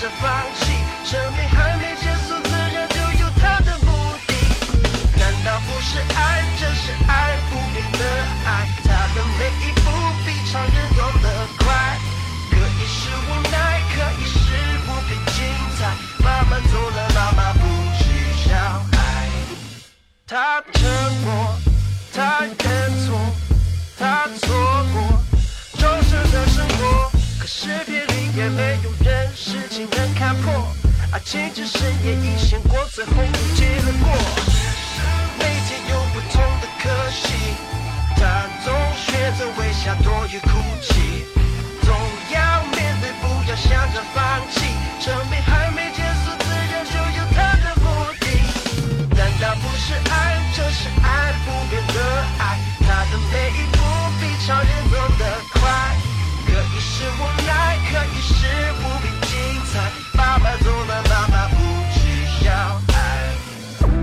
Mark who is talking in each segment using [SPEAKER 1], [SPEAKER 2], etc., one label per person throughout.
[SPEAKER 1] 着放弃，生命还没结束，自然就有它的目的。难道不是爱？这是爱不变的爱，它的每一步比常人走得快。可以是无奈，可以是无比精彩，慢慢走了，妈妈不去小孩。他沉默，他认错，他错过终生的生活。可是别人也没有人事情能看破，爱情只是演绎先过，最后已结了果。每天有不同的可惜，他总学着微笑多于哭泣，总要面对，不要想着放弃，生命还没结束，自然就有它的目的。难道不是爱？这是爱不变的爱，它的每一步比常人走得快。可以是无奈，可以是无比精彩。爸爸走了，妈妈不去要爱。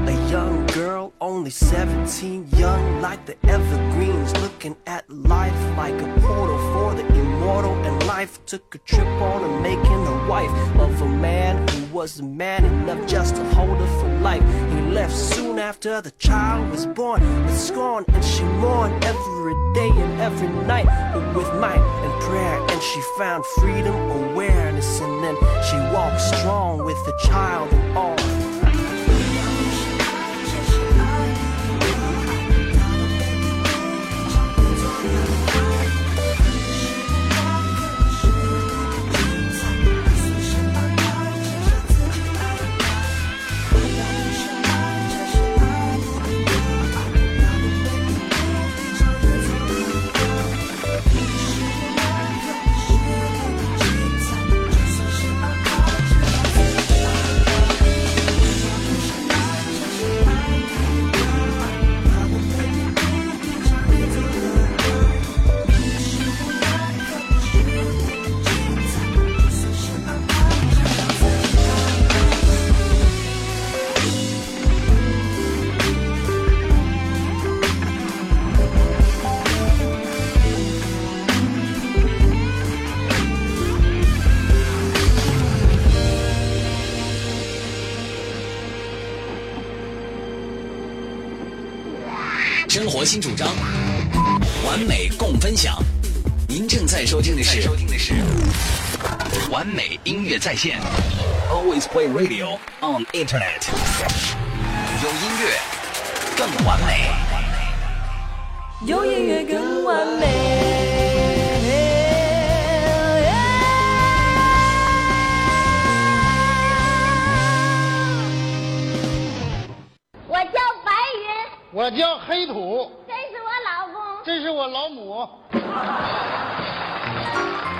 [SPEAKER 1] A young girl, only 17, young like the evergreens, looking at life like a portal for the immortal. And life took a trip on her, making a wife of a man who wasn't man enough just to hold her for life. He left soon after the child was born with scorn, and she mourned every day and every night, but with might and prayer. And she found freedom, awareness, and then she walked strong with the child and all.
[SPEAKER 2] 生活新主张，完美共分享。您正在收听的是收听的是完美音乐在线，Always Play Radio on Internet。有音乐更完美。
[SPEAKER 3] 有音乐更完美。
[SPEAKER 4] 我叫白云，
[SPEAKER 5] 我叫黑土，
[SPEAKER 4] 这是我老公。
[SPEAKER 5] 这是我老母。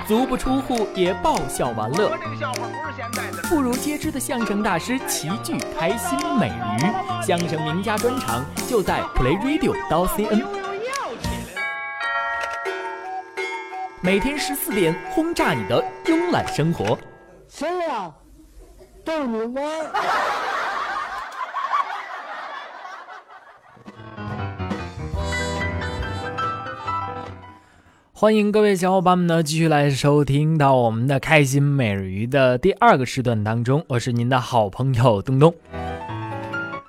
[SPEAKER 6] 足不出户也爆笑玩乐，
[SPEAKER 7] 这个笑话不是现在的。
[SPEAKER 6] 不如皆知的相声大师齐聚开心美娱，相声名家专场就在 Play Radio 刀 CN。每天十四点，轰炸你的慵懒生活。
[SPEAKER 8] 谁呀？逗你玩儿。
[SPEAKER 6] 欢迎各位小伙伴们呢，继续来收听到我们的开心美人鱼的第二个时段当中，我是您的好朋友东东。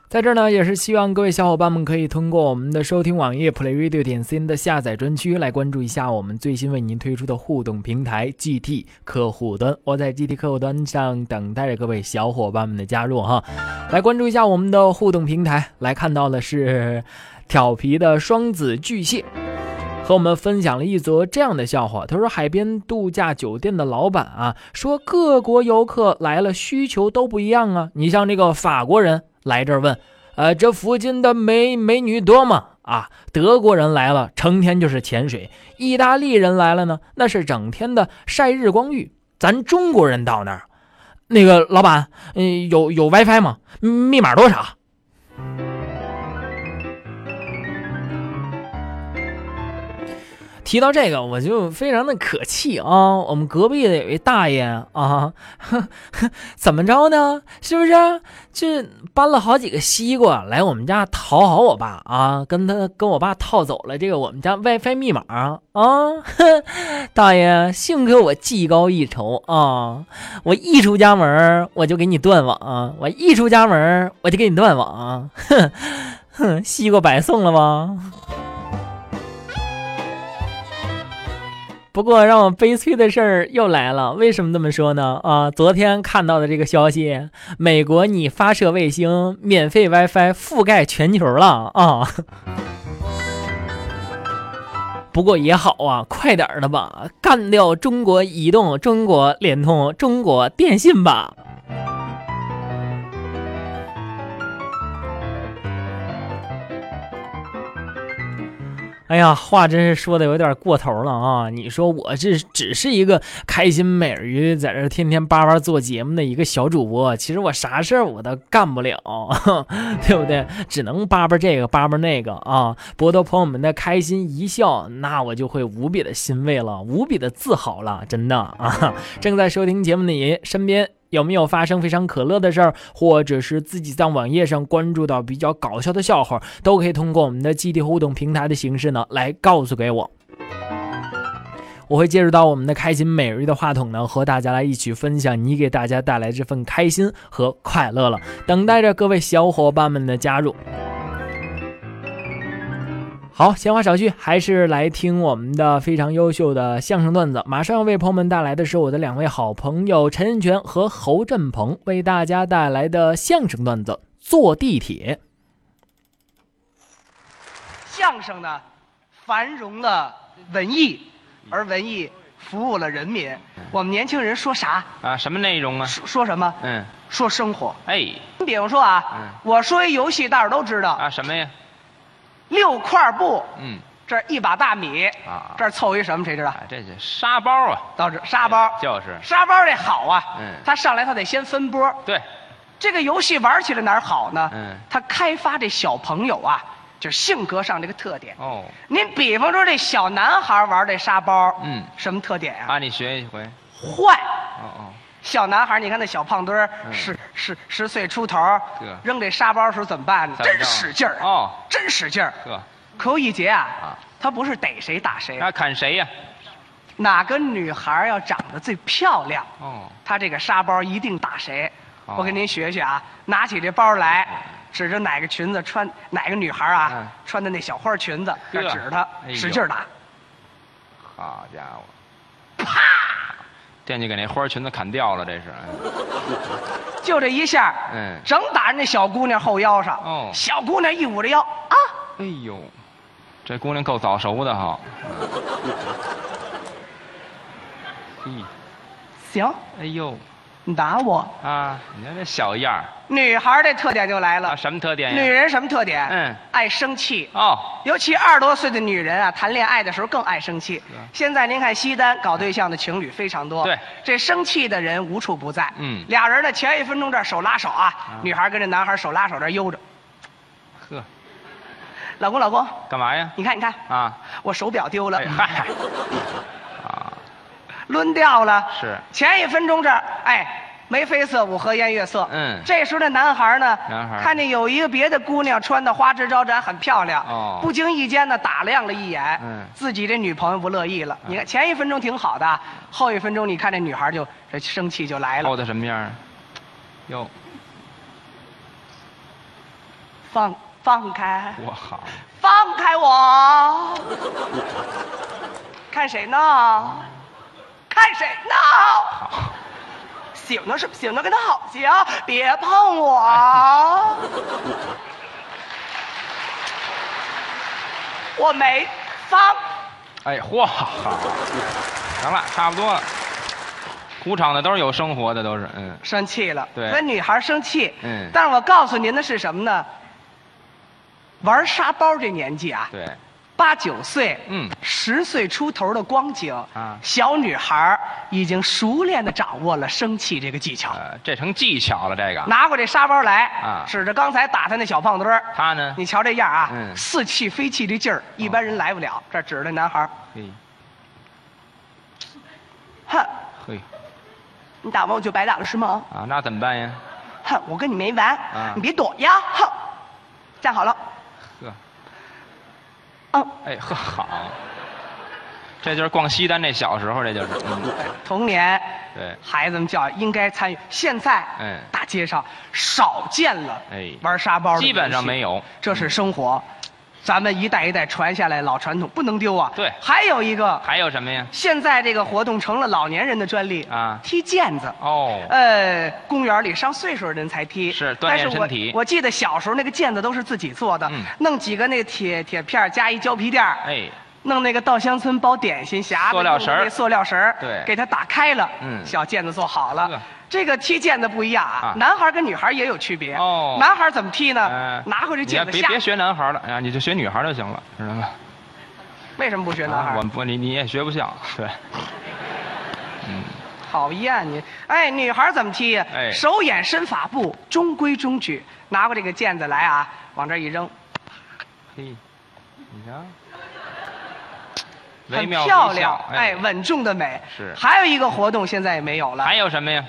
[SPEAKER 6] 在这儿呢，也是希望各位小伙伴们可以通过我们的收听网页 playradio 点 cn 的下载专区来关注一下我们最新为您推出的互动平台 GT 客户端。我在 GT 客户端上等待着各位小伙伴们的加入哈，来关注一下我们的互动平台。来看到的是调皮的双子巨蟹。和我们分享了一则这样的笑话。他说，海边度假酒店的老板啊，说各国游客来了需求都不一样啊。你像这个法国人来这儿问，呃，这附近的美美女多吗？啊，德国人来了，成天就是潜水；意大利人来了呢，那是整天的晒日光浴。咱中国人到那儿，那个老板，嗯、有有 WiFi 吗？密码多少？提到这个，我就非常的可气啊！我们隔壁的有一大爷啊， 呵呵怎么着呢？是不是？这搬了好几个西瓜来我们家讨好我爸啊，跟他跟我爸套走了这个我们家 WiFi 密码啊！ 呵大爷，幸亏我技高一筹啊！我一出家门我就给你断网，我一出家门我就给你断网，哼 哼，西瓜白送了吗？不过让我悲催的事儿又来了，为什么这么说呢？啊，昨天看到的这个消息，美国拟发射卫星，免费 WiFi 覆盖全球了啊！不过也好啊，快点儿的吧，干掉中国移动、中国联通、中国电信吧。哎呀，话真是说的有点过头了啊！你说我这只是一个开心美人鱼在这天天叭叭做节目的一个小主播，其实我啥事儿我都干不了， 对不对？只能叭叭这个叭叭那个啊，博得朋友们的开心一笑，那我就会无比的欣慰了，无比的自豪了，真的啊！正在收听节目的你，身边有没有发生非常可乐的事儿，或者是自己在网页上关注到比较搞笑的笑话，都可以通过我们的集体互动平台的形式呢来告诉给我。我会接触到我们的开心每日的话筒呢，和大家来一起分享你给大家带来这份开心和快乐了。等待着各位小伙伴们的加入。好，闲话少叙，还是来听我们的非常优秀的相声段子。马上要为朋友们带来的是我的两位好朋友陈仁泉和侯振鹏为大家带来的相声段子《坐地铁》。
[SPEAKER 5] 相声呢，繁荣了文艺，而文艺服务了人民。我们年轻人说啥？
[SPEAKER 7] 啊，什么内容啊？
[SPEAKER 5] 说说什么？
[SPEAKER 7] 嗯，
[SPEAKER 5] 说生活。
[SPEAKER 7] 哎，
[SPEAKER 5] 你比方说啊，
[SPEAKER 7] 嗯
[SPEAKER 5] 我说一游戏，大伙儿都知道，
[SPEAKER 7] 啊，什么呀？
[SPEAKER 5] 六块布，
[SPEAKER 7] 嗯，
[SPEAKER 5] 这儿一把大米，
[SPEAKER 7] 啊
[SPEAKER 5] 这儿凑一什么谁知道？
[SPEAKER 7] 啊，这是沙包啊，
[SPEAKER 5] 到这沙包，
[SPEAKER 7] 就是
[SPEAKER 5] 沙包这好啊，
[SPEAKER 7] 嗯
[SPEAKER 5] 他上来他得先分波，
[SPEAKER 7] 对，
[SPEAKER 5] 这个游戏玩起来哪儿好呢？
[SPEAKER 7] 嗯
[SPEAKER 5] 他开发这小朋友啊，就是性格上这个特点。
[SPEAKER 7] 哦，
[SPEAKER 5] 您比方说这小男孩玩这沙包，
[SPEAKER 7] 嗯
[SPEAKER 5] 什么特点啊？
[SPEAKER 7] 啊，你学一回，
[SPEAKER 5] 坏。
[SPEAKER 7] 哦
[SPEAKER 5] 小男孩，你看那小胖墩儿，
[SPEAKER 7] 嗯
[SPEAKER 5] 十十十岁出头
[SPEAKER 7] 呵，
[SPEAKER 5] 扔这沙包的时候怎么办呢？
[SPEAKER 7] 怎么着
[SPEAKER 5] 真使劲儿啊
[SPEAKER 7] 哦
[SPEAKER 5] 真使劲儿。
[SPEAKER 7] 哦，呵，
[SPEAKER 5] 可有一节啊，
[SPEAKER 7] 啊
[SPEAKER 5] 他不是逮谁打谁，
[SPEAKER 7] 那砍谁呀？
[SPEAKER 5] 哪个女孩要长得最漂亮，
[SPEAKER 7] 哦，
[SPEAKER 5] 他这个沙包一定打谁。
[SPEAKER 7] 哦
[SPEAKER 5] 我跟您学学啊，拿起这包来，指着哪个裙子穿，哪个女孩啊、
[SPEAKER 7] 嗯
[SPEAKER 5] 穿的那小花裙子，这
[SPEAKER 7] 呵
[SPEAKER 5] 指着她，
[SPEAKER 7] 哎呦
[SPEAKER 5] 使劲儿打，
[SPEAKER 7] 好家伙，啪，惦记给那花裙子砍掉了，这是，哎
[SPEAKER 5] 就这一下，
[SPEAKER 7] 嗯
[SPEAKER 5] 整打人那小姑娘后腰上。
[SPEAKER 7] 哦
[SPEAKER 5] 小姑娘一捂着腰啊，
[SPEAKER 7] 哎呦，这姑娘够早熟的哈。嗯
[SPEAKER 5] 行，
[SPEAKER 7] 哎呦，
[SPEAKER 5] 你打我。
[SPEAKER 7] 啊，你看这小样儿，
[SPEAKER 5] 女孩这特点就来了，
[SPEAKER 7] 啊，什么特点呀？
[SPEAKER 5] 女人什么特点？
[SPEAKER 7] 嗯
[SPEAKER 5] 爱生气。
[SPEAKER 7] 哦，
[SPEAKER 5] 尤其二十多岁的女人啊，谈恋爱的时候更爱生气
[SPEAKER 7] 啊。
[SPEAKER 5] 现在您看西单搞对象的情侣非常多，
[SPEAKER 7] 对
[SPEAKER 5] 这生气的人无处不在。
[SPEAKER 7] 嗯
[SPEAKER 5] 俩人呢前一分钟这儿手拉手啊，女孩跟这男孩手拉手这儿悠着，
[SPEAKER 7] 呵，
[SPEAKER 5] 老公老公，
[SPEAKER 7] 干嘛呀？
[SPEAKER 5] 你看你看，
[SPEAKER 7] 啊，
[SPEAKER 5] 我手表丢了
[SPEAKER 7] 哎，嗨，啊，
[SPEAKER 5] 抡掉了。
[SPEAKER 7] 是
[SPEAKER 5] 前一分钟这儿哎。眉飞色舞，和颜悦色。
[SPEAKER 7] 嗯
[SPEAKER 5] 这时候那男孩呢，
[SPEAKER 7] 男孩
[SPEAKER 5] 看见有一个别的姑娘穿的花枝招展，很漂亮。
[SPEAKER 7] 哦
[SPEAKER 5] 不经意间呢，打量了一眼，
[SPEAKER 7] 嗯
[SPEAKER 5] 自己这女朋友不乐意了。你看前一分钟挺好的，后一分钟你看这女孩就这生气就来了，
[SPEAKER 7] 露的什么样儿？哟，
[SPEAKER 5] 放放开，
[SPEAKER 7] 我好，
[SPEAKER 5] 放开我！ 看谁呢？看谁呢？
[SPEAKER 7] 好，
[SPEAKER 5] 醒了是醒了，跟他好些啊！别碰我！我没放，
[SPEAKER 7] 哎，嚯，好，行了，差不多了。鼓场的都是有生活的，都是，嗯，
[SPEAKER 5] 生气了。
[SPEAKER 7] 对
[SPEAKER 5] 跟女孩生气。
[SPEAKER 7] 嗯
[SPEAKER 5] 但是我告诉您的是什么呢？玩沙包这年纪啊，
[SPEAKER 7] 对，
[SPEAKER 5] 八九岁，
[SPEAKER 7] 嗯
[SPEAKER 5] 十岁出头的光景
[SPEAKER 7] 啊
[SPEAKER 5] 小女孩儿已经熟练地掌握了生气这个技巧。
[SPEAKER 7] 呃，这成技巧了，这个。
[SPEAKER 5] 拿过这沙包来，
[SPEAKER 7] 啊
[SPEAKER 5] 指着刚才打他那小胖墩儿，
[SPEAKER 7] 他呢
[SPEAKER 5] 你瞧这样啊，
[SPEAKER 7] 嗯哦
[SPEAKER 5] 似气非气这劲儿，一般人来不了。这指着那男孩儿，
[SPEAKER 7] 嘿，
[SPEAKER 5] 哼，
[SPEAKER 7] 嘿，
[SPEAKER 5] 你打完我就白打了是吗？
[SPEAKER 7] 啊，那怎么办呀？
[SPEAKER 5] 哼，我跟你没完，
[SPEAKER 7] 啊
[SPEAKER 5] 你别躲呀，哼，站好了，
[SPEAKER 7] 呵，
[SPEAKER 5] 嗯，
[SPEAKER 7] 哎，呵好，这就是逛西单那小时候，这就是。嗯
[SPEAKER 5] 童年，
[SPEAKER 7] 对
[SPEAKER 5] 孩子们教育应该参与。现在，
[SPEAKER 7] 嗯
[SPEAKER 5] 大街上少见了，
[SPEAKER 7] 哎
[SPEAKER 5] 玩沙包的
[SPEAKER 7] 基本上
[SPEAKER 5] 游戏
[SPEAKER 7] 没有嗯
[SPEAKER 5] 这是生活，咱们一代一代传下来老传统不能丢啊。
[SPEAKER 7] 对
[SPEAKER 5] 还有一个，
[SPEAKER 7] 还有什么呀？
[SPEAKER 5] 现在这个活动成了老年人的专利
[SPEAKER 7] 啊
[SPEAKER 5] 踢毽子。
[SPEAKER 7] 哦，
[SPEAKER 5] 呃，公园里上岁数的人才踢，
[SPEAKER 7] 是锻
[SPEAKER 5] 但
[SPEAKER 7] 炼
[SPEAKER 5] 是我
[SPEAKER 7] 身体
[SPEAKER 5] 我记得小时候那个毽子都是自己做的，
[SPEAKER 7] 嗯
[SPEAKER 5] 弄几个那个铁铁片儿加一胶皮垫儿，
[SPEAKER 7] 哎，
[SPEAKER 5] 弄那个稻香村包点心匣子，
[SPEAKER 7] 塑料绳儿
[SPEAKER 5] 弄那塑料绳儿
[SPEAKER 7] 对
[SPEAKER 5] 给它打开了，
[SPEAKER 7] 嗯
[SPEAKER 5] 小毽子做好
[SPEAKER 7] 呵
[SPEAKER 5] 了。这个踢毽子不一样啊
[SPEAKER 7] 啊，
[SPEAKER 5] 男孩跟女孩也有区别。
[SPEAKER 7] 哦
[SPEAKER 5] 男孩怎么踢呢
[SPEAKER 7] 嗯？，
[SPEAKER 5] 呃拿回去
[SPEAKER 7] 你
[SPEAKER 5] 毽
[SPEAKER 7] 看
[SPEAKER 5] 子
[SPEAKER 7] 别
[SPEAKER 5] 下，
[SPEAKER 7] 别学男孩了，啊，你就学女孩就行了，知道吗？
[SPEAKER 5] 为什么不学男
[SPEAKER 7] 啊
[SPEAKER 5] 孩
[SPEAKER 7] 我？不，你你也学不像，嗯对，
[SPEAKER 5] 讨厌你！哎，女孩怎么踢呀？
[SPEAKER 7] 哎
[SPEAKER 5] 手眼身法步，中规中矩。拿过这个毽子来啊，往这一扔，
[SPEAKER 7] 嘿，你瞧，
[SPEAKER 5] 很
[SPEAKER 7] 惟妙
[SPEAKER 5] 漂
[SPEAKER 7] 惟
[SPEAKER 5] 亮
[SPEAKER 7] 肖，
[SPEAKER 5] 哎，稳重的美。
[SPEAKER 7] 是
[SPEAKER 5] 还有一个活动现在也没有了
[SPEAKER 7] 还，有什么呀？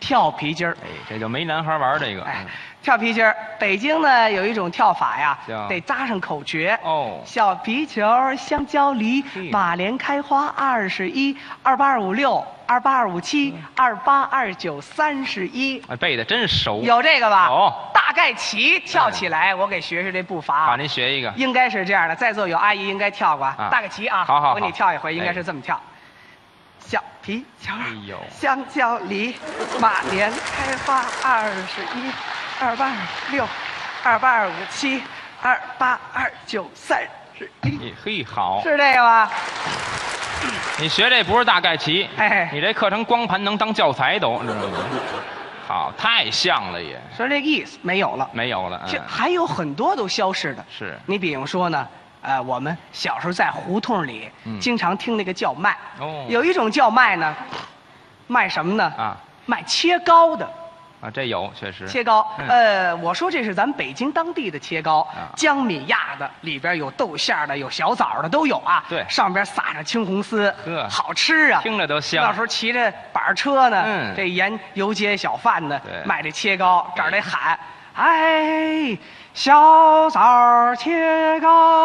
[SPEAKER 5] 跳皮筋儿。
[SPEAKER 7] 哎，这就没男孩玩这个。
[SPEAKER 5] 哎
[SPEAKER 7] 嗯，
[SPEAKER 5] 跳皮筋儿，北京呢有一种跳法呀
[SPEAKER 7] 叫，
[SPEAKER 5] 得扎上口诀。
[SPEAKER 7] 哦
[SPEAKER 5] 小皮球、香蕉梨、
[SPEAKER 7] 嗯
[SPEAKER 5] 马莲开花二十一、二八二五六、二八二五七、
[SPEAKER 7] 嗯
[SPEAKER 5] 二八二九三十一。
[SPEAKER 7] 哎，背的真熟。
[SPEAKER 5] 有这个吧？
[SPEAKER 7] 有
[SPEAKER 5] 大概齐
[SPEAKER 7] 哎
[SPEAKER 5] 跳起来，我给学学这步伐。啊
[SPEAKER 7] 好，您学一个。
[SPEAKER 5] 应该是这样的，在座有阿姨应该跳过啊，
[SPEAKER 7] 啊
[SPEAKER 5] 大概齐啊。
[SPEAKER 7] 好好好
[SPEAKER 5] 我给你跳一回，应该是这么跳。小皮球儿，
[SPEAKER 7] 哎呦
[SPEAKER 5] 香蕉梨，马莲开花二十一，二八六，二八二五七，二八二九三十一，
[SPEAKER 7] 哎嘿，好，
[SPEAKER 5] 是这个吧？
[SPEAKER 7] 你学这不是大概齐，
[SPEAKER 5] 哎
[SPEAKER 7] 你这课程光盘能当教材都，知道吗？好，太像了也，
[SPEAKER 5] 说这个意思没有了，
[SPEAKER 7] 没有了，
[SPEAKER 5] 这
[SPEAKER 7] 嗯，
[SPEAKER 5] 还有很多都消失的。
[SPEAKER 7] 是
[SPEAKER 5] 你比方说呢，呃，我们小时候在胡同里
[SPEAKER 7] 嗯
[SPEAKER 5] 经常听那个叫卖，
[SPEAKER 7] 哦
[SPEAKER 5] 有一种叫卖呢，卖什么呢？
[SPEAKER 7] 啊
[SPEAKER 5] 卖切糕的。
[SPEAKER 7] 啊，这有确实，
[SPEAKER 5] 切糕，
[SPEAKER 7] 嗯
[SPEAKER 5] 呃，我说这是咱们北京当地的切糕，
[SPEAKER 7] 啊
[SPEAKER 5] 江米压的，里边有豆馅儿的，有小枣的，都有啊。
[SPEAKER 7] 对
[SPEAKER 5] 上边撒着青红丝，
[SPEAKER 7] 呵
[SPEAKER 5] 好吃啊，
[SPEAKER 7] 听着都香
[SPEAKER 5] 到时候骑着板儿车呢，
[SPEAKER 7] 嗯
[SPEAKER 5] 这沿游街小贩呢
[SPEAKER 7] 对，
[SPEAKER 5] 卖这切糕，这儿得喊，哎，小枣切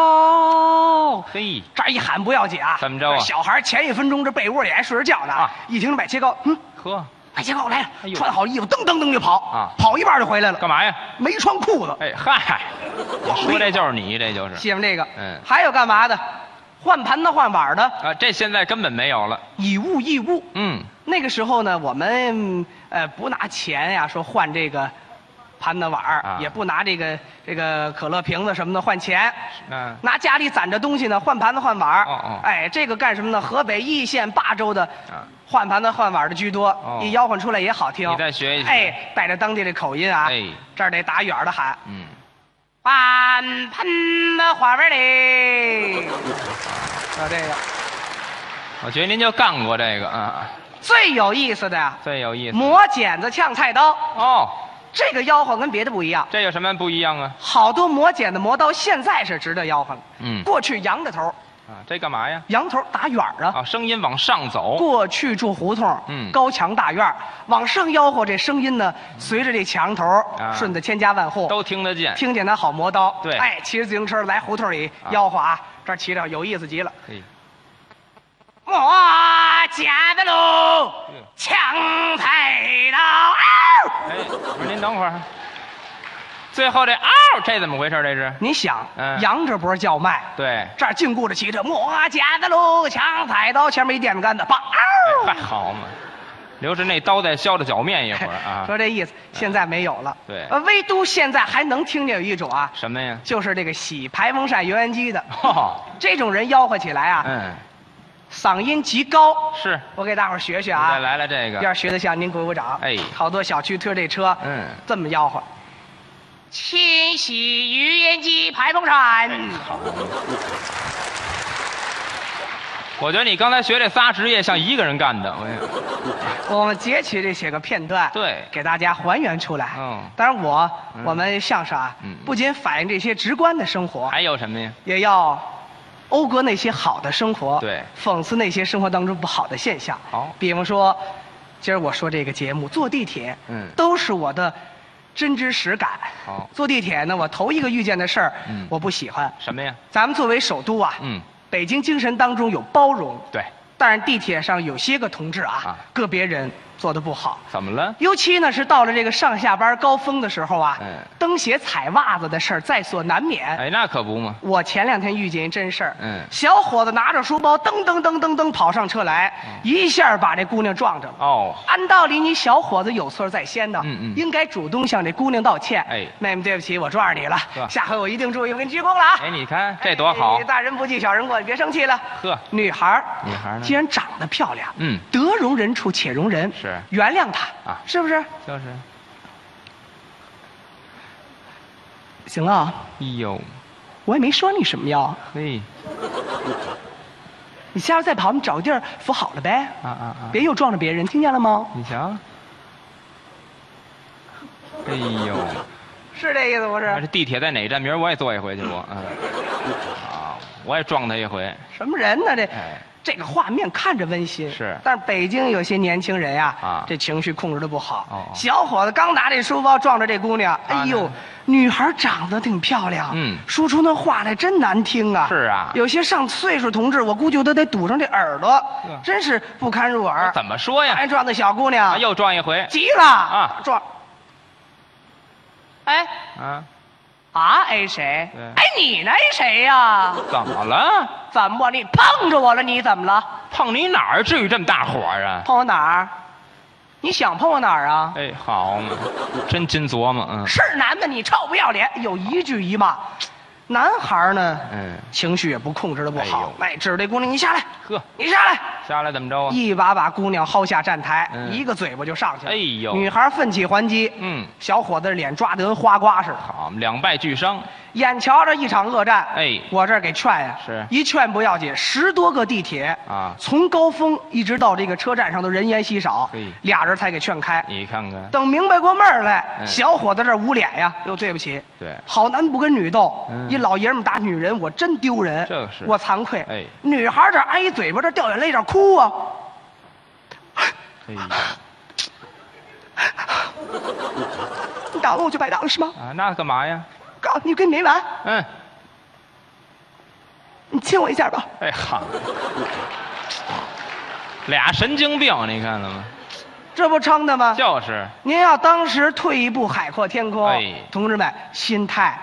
[SPEAKER 5] 糕。
[SPEAKER 7] 嘿，
[SPEAKER 5] 这儿一喊不要紧啊，
[SPEAKER 7] 怎么着啊
[SPEAKER 5] 这小孩前一分钟这被窝里还睡着觉呢，
[SPEAKER 7] 啊
[SPEAKER 5] 一听买切糕，嗯，
[SPEAKER 7] 呵，
[SPEAKER 5] 买切糕来了，
[SPEAKER 7] 哎呦
[SPEAKER 5] 穿好衣服噔噔噔就跑，
[SPEAKER 7] 啊
[SPEAKER 5] 跑一半就回来了。
[SPEAKER 7] 干嘛呀？
[SPEAKER 5] 没穿裤子。
[SPEAKER 7] 哎嗨，我说这就是你，这就是
[SPEAKER 5] 喜欢这个，
[SPEAKER 7] 嗯
[SPEAKER 5] 还有干嘛的？换盘的，换碗的，
[SPEAKER 7] 啊，这现在根本没有了，
[SPEAKER 5] 以物易物。
[SPEAKER 7] 嗯，
[SPEAKER 5] 那个时候呢，我们呃不拿钱呀，说换这个盘子碗儿、
[SPEAKER 7] 啊
[SPEAKER 5] 也不拿这个这个可乐瓶子什么的换钱，
[SPEAKER 7] 嗯
[SPEAKER 5] 拿家里攒着东西呢换盘子换碗儿。
[SPEAKER 7] 哦哦
[SPEAKER 5] 哎，这个干什么呢？河北易县霸州的。
[SPEAKER 7] 啊
[SPEAKER 5] 换盘子换碗的居多，
[SPEAKER 7] 哦
[SPEAKER 5] 一吆喝出来也好听。
[SPEAKER 7] 你再学一学
[SPEAKER 5] 哎，带着当地的口音啊。
[SPEAKER 7] 哎
[SPEAKER 5] 这儿得打远儿的喊，
[SPEAKER 7] 嗯，
[SPEAKER 5] 换盆子花盆里， 就这个
[SPEAKER 7] 我觉得您就干过这个啊，
[SPEAKER 5] 最有意思的呀，
[SPEAKER 7] 最有意思。
[SPEAKER 5] 磨剪子呛菜刀，
[SPEAKER 7] 哦，
[SPEAKER 5] 这个吆喝跟别的不一样。
[SPEAKER 7] 这有什么不一样啊？
[SPEAKER 5] 好多磨剪子磨刀现在是直着吆喝了，
[SPEAKER 7] 嗯
[SPEAKER 5] 过去扬着头，
[SPEAKER 7] 啊，这干嘛呀？
[SPEAKER 5] 扬头打远儿啊。
[SPEAKER 7] 啊，声音往上走，
[SPEAKER 5] 过去住胡同，
[SPEAKER 7] 嗯
[SPEAKER 5] 高墙大院儿往上吆喝，这声音呢，随着这墙头
[SPEAKER 7] 啊
[SPEAKER 5] 顺着千家万户，
[SPEAKER 7] 都听得见。
[SPEAKER 5] 听见他好磨刀。
[SPEAKER 7] 对
[SPEAKER 5] 哎，骑着自行车来胡同里吆喝啊，这儿骑着有意思极了。
[SPEAKER 7] 嘿，
[SPEAKER 5] 我家的路
[SPEAKER 7] 嗯，
[SPEAKER 5] 抢菜刀。嗷
[SPEAKER 7] 哎，我说您等会儿，最后这嗷，这怎么回事？这是？
[SPEAKER 5] 你想，
[SPEAKER 7] 嗯
[SPEAKER 5] 杨这波叫卖，
[SPEAKER 7] 对，哎
[SPEAKER 5] 这儿禁锢着骑着我家的路，抢菜刀，前面一电线杆子，梆，
[SPEAKER 7] 哎
[SPEAKER 5] 哎嗷
[SPEAKER 7] 嗨，好嘛，留着那刀再削着脚面一会儿啊。
[SPEAKER 5] 说这意思，现在没有了。
[SPEAKER 7] 对
[SPEAKER 5] 呃唯独现在还能听见有一种啊，
[SPEAKER 7] 什么呀？
[SPEAKER 5] 就是这个洗排风扇油烟机的，
[SPEAKER 7] 哦，
[SPEAKER 5] 这种人吆喝起来啊，
[SPEAKER 7] 嗯，
[SPEAKER 5] 嗓音极高。
[SPEAKER 7] 是，
[SPEAKER 5] 我给大伙儿学学
[SPEAKER 7] 你
[SPEAKER 5] 啊
[SPEAKER 7] 再，来了这
[SPEAKER 5] 要
[SPEAKER 7] 个，
[SPEAKER 5] 是学得像您鼓鼓掌。
[SPEAKER 7] 哎
[SPEAKER 5] 好多小区推这车，
[SPEAKER 7] 嗯
[SPEAKER 5] 这么吆喝，
[SPEAKER 9] 清洗油烟机排风
[SPEAKER 7] 哎
[SPEAKER 9] 扇。
[SPEAKER 7] 我觉得你刚才学这仨职业像一个人干的，我 也
[SPEAKER 5] 我们截取这些个片段，
[SPEAKER 7] 对
[SPEAKER 5] 给大家还原出来。
[SPEAKER 7] 嗯
[SPEAKER 5] 当然我我们相声啊
[SPEAKER 7] 嗯，
[SPEAKER 5] 不仅反映这些直观的生活，
[SPEAKER 7] 还有什么呀？
[SPEAKER 5] 也要讴歌那些好的生活，
[SPEAKER 7] 对
[SPEAKER 5] 讽刺那些生活当中不好的现象。
[SPEAKER 7] 好
[SPEAKER 5] 比方说，今儿我说这个节目，坐地铁，
[SPEAKER 7] 嗯
[SPEAKER 5] 都是我的真知实感。
[SPEAKER 7] 好
[SPEAKER 5] 坐地铁呢，我头一个遇见的事儿，
[SPEAKER 7] 嗯
[SPEAKER 5] 我不喜欢。
[SPEAKER 7] 什么呀？
[SPEAKER 5] 咱们作为首都啊，
[SPEAKER 7] 嗯，
[SPEAKER 5] 北京精神当中有包容，
[SPEAKER 7] 对，
[SPEAKER 5] 但是地铁上有些个同志啊，
[SPEAKER 7] 啊
[SPEAKER 5] 个别人做的不好。
[SPEAKER 7] 怎么了？
[SPEAKER 5] 尤其呢是到了这个上下班高峰的时候啊，
[SPEAKER 7] 嗯
[SPEAKER 5] 蹬鞋踩袜子的事儿在所难免。
[SPEAKER 7] 哎，那可不嘛。
[SPEAKER 5] 我前两天遇见一真事儿，
[SPEAKER 7] 嗯
[SPEAKER 5] 小伙子拿着书包噔噔噔噔噔跑上车来，一下把这姑娘撞着了。
[SPEAKER 7] 嗯哦，
[SPEAKER 5] 按道理你小伙子有错在先呢，
[SPEAKER 7] 嗯嗯
[SPEAKER 5] 应该主动向这姑娘道歉。
[SPEAKER 7] 哎
[SPEAKER 5] 妹妹对不起，我撞着你了
[SPEAKER 7] 是吧，
[SPEAKER 5] 下回我一定注意，我给你鞠躬了啊。
[SPEAKER 7] 哎，你看这多好
[SPEAKER 5] 哎。大人不计小人过，你别生气了。
[SPEAKER 7] 呵
[SPEAKER 5] 女孩儿
[SPEAKER 7] 女孩儿呢
[SPEAKER 5] 既然长得漂亮，
[SPEAKER 7] 嗯
[SPEAKER 5] 得容人处且容人，
[SPEAKER 7] 是
[SPEAKER 5] 原谅她
[SPEAKER 7] 啊
[SPEAKER 5] 是不是？
[SPEAKER 7] 就是，
[SPEAKER 5] 行了啊，
[SPEAKER 7] 哎呦，
[SPEAKER 5] 我也没说你什么呀，
[SPEAKER 7] 嘿，
[SPEAKER 5] 你下次再跑，你找个地儿扶好了呗。
[SPEAKER 7] 啊啊啊！
[SPEAKER 5] 别又撞着别人，听见了吗？
[SPEAKER 7] 你瞧，哎呦，
[SPEAKER 5] 是啊这意思不
[SPEAKER 7] 那
[SPEAKER 5] 是
[SPEAKER 7] 这？地铁在哪站？明儿我也坐一回去， 我嗯，啊，我也撞他一回，
[SPEAKER 5] 什么人呢？这、
[SPEAKER 7] 哎
[SPEAKER 5] 这个画面看着温馨，
[SPEAKER 7] 是
[SPEAKER 5] 但是北京有些年轻人呀、
[SPEAKER 7] 啊
[SPEAKER 5] 这情绪控制的不好。
[SPEAKER 7] 哦哦
[SPEAKER 5] 小伙子刚拿这书包撞着这姑娘，
[SPEAKER 7] 啊
[SPEAKER 5] 哎呦
[SPEAKER 7] 那，
[SPEAKER 5] 女孩长得挺漂亮，
[SPEAKER 7] 嗯
[SPEAKER 5] 说出那话来真难听啊。
[SPEAKER 7] 是啊
[SPEAKER 5] 有些上岁数同志，我估计都得堵上这耳朵，
[SPEAKER 7] 嗯
[SPEAKER 5] 真是哎不堪入耳。
[SPEAKER 7] 怎么说呀
[SPEAKER 5] 还？撞的小姑娘，
[SPEAKER 7] 啊又撞一回，
[SPEAKER 5] 急了
[SPEAKER 7] 啊
[SPEAKER 5] 撞。哎
[SPEAKER 7] 啊，
[SPEAKER 5] 啊，哎谁
[SPEAKER 7] 对？
[SPEAKER 5] 哎你呢？哎谁呀、
[SPEAKER 7] 怎么了？
[SPEAKER 5] 怎么你碰着我了？你怎么了？
[SPEAKER 7] 碰你哪儿至于这么大火啊？
[SPEAKER 5] 碰我哪儿？你想碰我哪儿啊？
[SPEAKER 7] 哎，好嘛，真金琢磨，嗯，
[SPEAKER 5] 是男的，你臭不要脸！有一句一骂，男孩儿呢，
[SPEAKER 7] 嗯
[SPEAKER 5] 情绪也不控制的不好，哎，指着这姑娘，你下来，
[SPEAKER 7] 呵，
[SPEAKER 5] 你下来，
[SPEAKER 7] 下来怎么着啊？
[SPEAKER 5] 一把把姑娘薅下站台，
[SPEAKER 7] 嗯
[SPEAKER 5] 一个嘴巴就上去了。
[SPEAKER 7] 哎呦
[SPEAKER 5] 女孩奋起还击，
[SPEAKER 7] 嗯
[SPEAKER 5] 小伙子脸抓得跟花瓜似的，
[SPEAKER 7] 好，两败俱伤，
[SPEAKER 5] 眼瞧着一场恶战，
[SPEAKER 7] 哎
[SPEAKER 5] 我这儿给劝呀、
[SPEAKER 7] 是
[SPEAKER 5] 一劝不要紧，十多个地铁
[SPEAKER 7] 啊
[SPEAKER 5] 从高峰一直到这个车站上都人烟稀少
[SPEAKER 7] 嘿，
[SPEAKER 5] 俩人才给劝开。
[SPEAKER 7] 你看看，
[SPEAKER 5] 等明白过闷儿来，
[SPEAKER 7] 嗯
[SPEAKER 5] 小伙子这儿捂脸呀，又对不起，
[SPEAKER 7] 对
[SPEAKER 5] 好男不跟女斗，
[SPEAKER 7] 嗯
[SPEAKER 5] 一老爷们打女人，我真丢人，
[SPEAKER 7] 这是
[SPEAKER 5] 我惭愧，
[SPEAKER 7] 哎
[SPEAKER 5] 女孩这儿挨一嘴巴，这儿掉眼泪，这儿哭啊，
[SPEAKER 7] 哎呦，
[SPEAKER 5] 你打了我就白打了是吗？
[SPEAKER 7] 啊，那干嘛呀？
[SPEAKER 5] 告诉你跟你没完，
[SPEAKER 7] 嗯，
[SPEAKER 5] 你亲我一下吧，
[SPEAKER 7] 哎好，俩神经病，你看了吗？
[SPEAKER 5] 这不撑的吗？
[SPEAKER 7] 就是，
[SPEAKER 5] 您要当时退一步，海阔天空。
[SPEAKER 7] 哎
[SPEAKER 5] 同志们，心态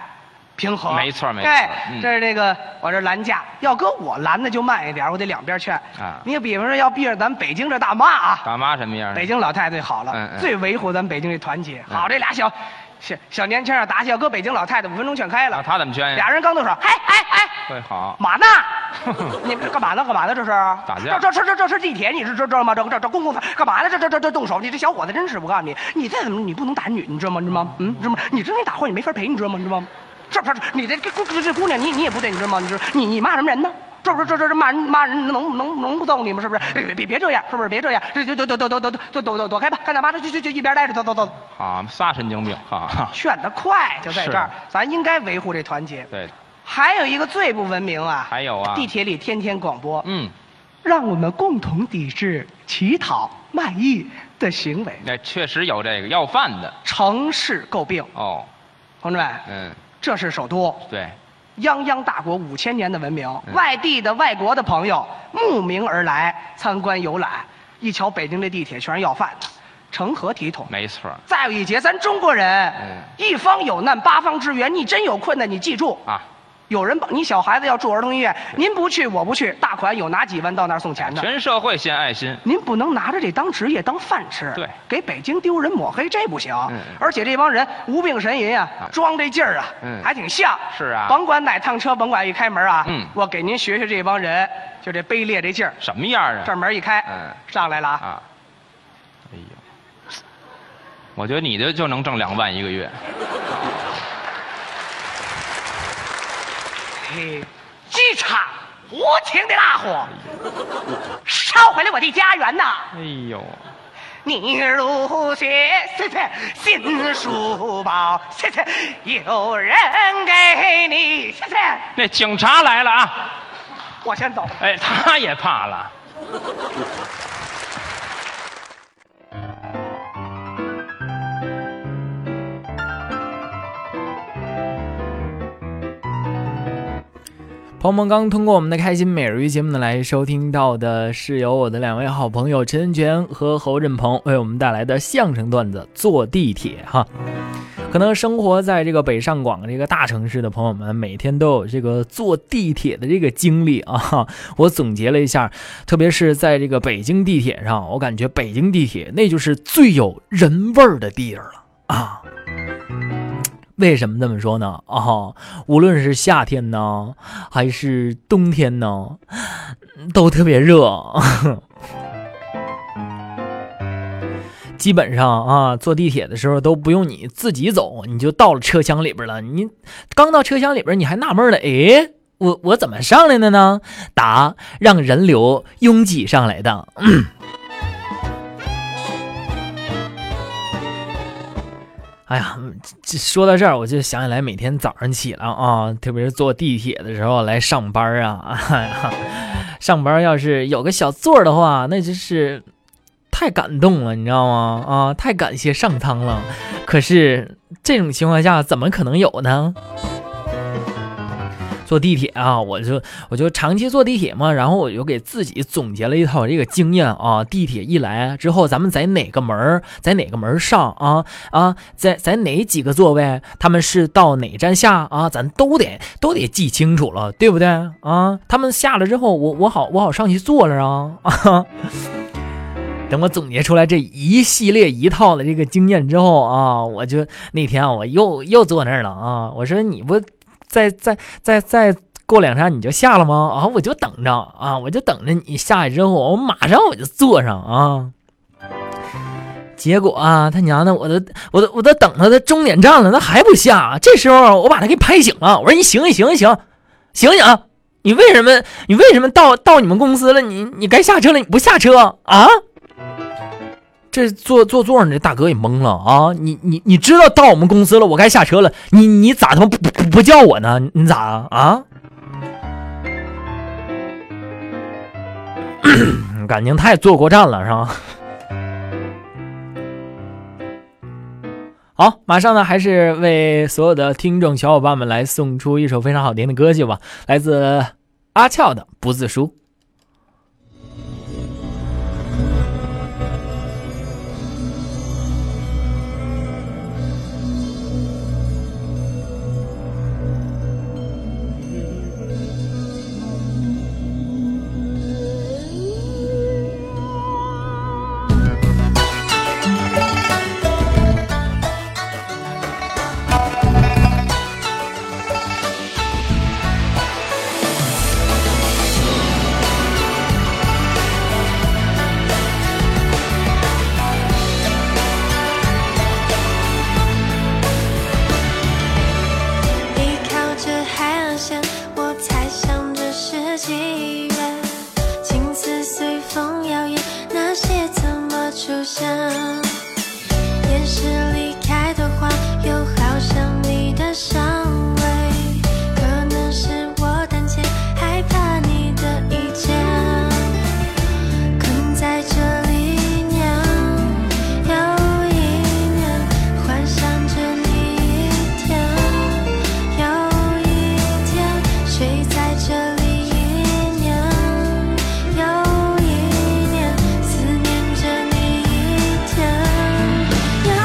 [SPEAKER 5] 平衡，
[SPEAKER 7] 没错没错
[SPEAKER 5] 哎，
[SPEAKER 7] 嗯
[SPEAKER 5] 这是那个我这拦架，要搁我拦的就慢一点，我得两边劝。
[SPEAKER 7] 啊
[SPEAKER 5] 你比方说要避着咱们北京这大妈啊，
[SPEAKER 7] 大妈什么样？
[SPEAKER 5] 北京老太太好了，
[SPEAKER 7] 嗯嗯
[SPEAKER 5] 最维护咱们北京这团结。好，这俩小小小年轻人啊打起，要搁北京老太太五分钟劝开了。
[SPEAKER 7] 啊，他怎么圈
[SPEAKER 5] 俩
[SPEAKER 7] 呀？
[SPEAKER 5] 人刚动手，哎哎哎，
[SPEAKER 7] 会 好，
[SPEAKER 5] 马呢？你们这干嘛呢？干嘛呢？这是
[SPEAKER 7] 打架
[SPEAKER 5] 这这这这是地铁，你是这知道吗？这这这公共场干嘛呢？这这这这动手！你这小伙子真是，我告诉你，你再怎么你不能打女，你知道吗？你知道吗？嗯，知道吗？你真给打坏，你没法赔，你知道吗？你知道吗？这这你这这这这姑娘，你你也不对，你知道吗？你知道你你骂什么人呢？这不是这这这骂人骂人能能能不揍你吗？是不是？别别别这样，是不是？别这样，这就躲躲躲躲躲躲躲躲躲开吧！干点嘛？这就就就一边待着，走走走。
[SPEAKER 7] 好，仨神经病，哈哈，
[SPEAKER 5] 劝得快，就在
[SPEAKER 7] 是
[SPEAKER 5] 这儿，咱应该维护这团结。
[SPEAKER 7] 对，
[SPEAKER 5] 还有一个最不文明啊，
[SPEAKER 7] 还有啊
[SPEAKER 5] 地铁里天天广播，
[SPEAKER 7] 嗯，
[SPEAKER 5] 让我们共同抵制乞讨卖艺的行为，
[SPEAKER 7] 那哎确实有这个要饭的
[SPEAKER 5] 城市诟病。
[SPEAKER 7] 哦，
[SPEAKER 5] 同志们，
[SPEAKER 7] 嗯，
[SPEAKER 5] 这是首都，
[SPEAKER 7] 对，
[SPEAKER 5] 泱泱大国五千年的文明，
[SPEAKER 7] 嗯
[SPEAKER 5] 外地的外国的朋友慕名而来参观游览，一瞧北京这地铁全是要饭的，成何体统？
[SPEAKER 7] 没错儿
[SPEAKER 5] 再有一节，咱中国人，
[SPEAKER 7] 嗯
[SPEAKER 5] 一方有难八方支援，你真有困难，你记住
[SPEAKER 7] 啊，
[SPEAKER 5] 有人帮你小孩子要住儿童医院，您不去我不去，大款有拿几万到那儿送钱的。
[SPEAKER 7] 全社会献爱心，
[SPEAKER 5] 您不能拿着这当职业当饭吃，
[SPEAKER 7] 对
[SPEAKER 5] 给北京丢人抹黑这不行。
[SPEAKER 7] 嗯
[SPEAKER 5] 而且这帮人无病呻吟啊
[SPEAKER 7] 啊，
[SPEAKER 5] 装这劲儿啊，
[SPEAKER 7] 嗯
[SPEAKER 5] 还挺像。
[SPEAKER 7] 是啊
[SPEAKER 5] 甭管哪趟车，甭管一开门啊，
[SPEAKER 7] 嗯
[SPEAKER 5] 我给您学学这帮人，就这卑劣这劲儿。
[SPEAKER 7] 什么样啊？
[SPEAKER 5] 这门一开，
[SPEAKER 7] 嗯
[SPEAKER 5] 上来了啊，
[SPEAKER 7] 啊，哎呦，我觉得你就就能挣两万一个月，
[SPEAKER 5] 嘿，机场无情的大火，烧毁了我的家园呐！
[SPEAKER 7] 哎呦，
[SPEAKER 5] 你入学，谢谢新书包，谢谢有人给你，谢谢。
[SPEAKER 7] 那警察来了啊！
[SPEAKER 5] 我先走了。
[SPEAKER 7] 哎，他也怕了。
[SPEAKER 6] 鹏鹏刚通过我们的开心每日鱼节目呢来收听到的是由我的两位好朋友陈泉和侯振鹏为我们带来的相声段子《坐地铁》哈。可能生活在这个北上广这个大城市的朋友们，每天都有这个坐地铁的这个经历啊。我总结了一下，特别是在这个北京地铁上，我感觉北京地铁那就是最有人味儿的地儿了啊。为什么这么说呢？啊，无论是夏天呢，还是冬天呢，都特别热。基本上啊，坐地铁的时候都不用你自己走，你就到了车厢里边了。你刚到车厢里边，你还纳闷了，诶，我我怎么上来的呢？答：让人流拥挤上来的。 哎呀，这这说到这儿，我就想起来每天早上起来啊，特别是坐地铁的时候来上班啊， 哎呀，上班要是有个小座儿的话，那真是太感动了，你知道吗？啊，太感谢上苍了。可是这种情况下，怎么可能有呢？坐地铁啊，我就我就长期坐地铁嘛，然后我就给自己总结了一套这个经验啊。地铁一来之后，咱们在哪个门儿，在哪个门儿上啊啊，在在哪几个座位，他们是到哪站下啊，咱都得都得记清楚了，对不对啊？他们下了之后，我我好我好上去坐着啊啊。 等我总结出来这一系列一套的这个经验之后啊，我就那天啊，我又又坐那儿了啊，我说你不再再再再过两天你就下了吗？啊，我就等着啊，我就等着你下去之后，我马上我就坐上啊。结果啊，他娘的，我都我都我都等到他终点站了，他还不下。这时候我把他给拍醒了，我说你醒一醒一醒，醒醒啊，你为什么你为什么到到你们公司了？你你该下车了，你不下车啊？这坐坐座上这大哥也懵了啊！你你你知道到我们公司了，我该下车了，你你咋他妈不不不叫我呢？你咋啊？ 感情太坐过站了是吧？好，马上呢，还是为所有的听众小伙伴们来送出一首非常好听的歌曲吧，来自阿俏的《不自书》。
[SPEAKER 10] 依靠着海岸线，我猜想这是几月，青丝随风摇曳，那些怎么出现？也是离开的话，又好像你的香味，可能是我胆怯，害怕你的一切，困在这里一年又一年，幻想着你一天又一天，睡在这里一年又一年，思念着你一天又。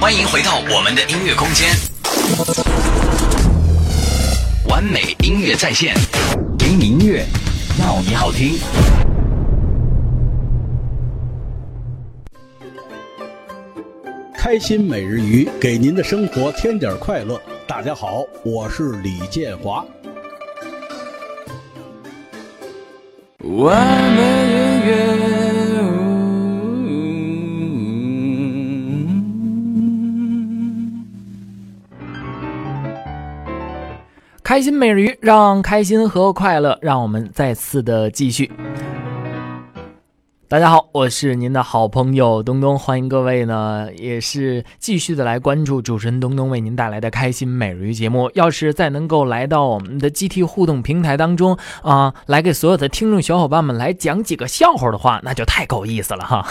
[SPEAKER 2] 欢迎回到我们的音乐空间，完美音乐在线，听音乐，要你好听。
[SPEAKER 11] 开心每日鱼给您的生活添点快乐。大家好，我是李建华。
[SPEAKER 12] 完美音乐。
[SPEAKER 6] 开心每日鱼，让开心和快乐，让我们再次的继续。大家好，我是您的好朋友东东，欢迎各位呢，也是继续的来关注主持人东东为您带来的开心每日鱼节目。要是再能够来到我们的 GT 互动平台当中啊、来给所有的听众小伙伴们来讲几个笑话的话，那就太够意思了哈。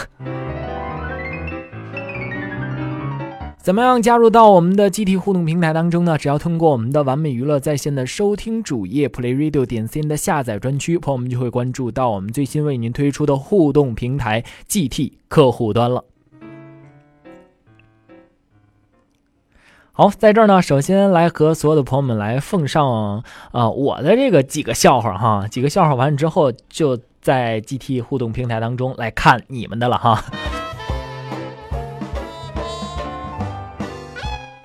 [SPEAKER 6] 怎么样加入到我们的 GT 互动平台当中呢？只要通过我们的完美娱乐在线的收听主页 Play Radio 点 CN 的下载专区，朋友们就会关注到我们最新为您推出的互动平台 GT 客户端了。好，在这儿呢，首先来和所有的朋友们来奉上啊、呃我的这个几个笑话哈，几个笑话完了之后，就在 GT 互动平台当中来看你们的了哈。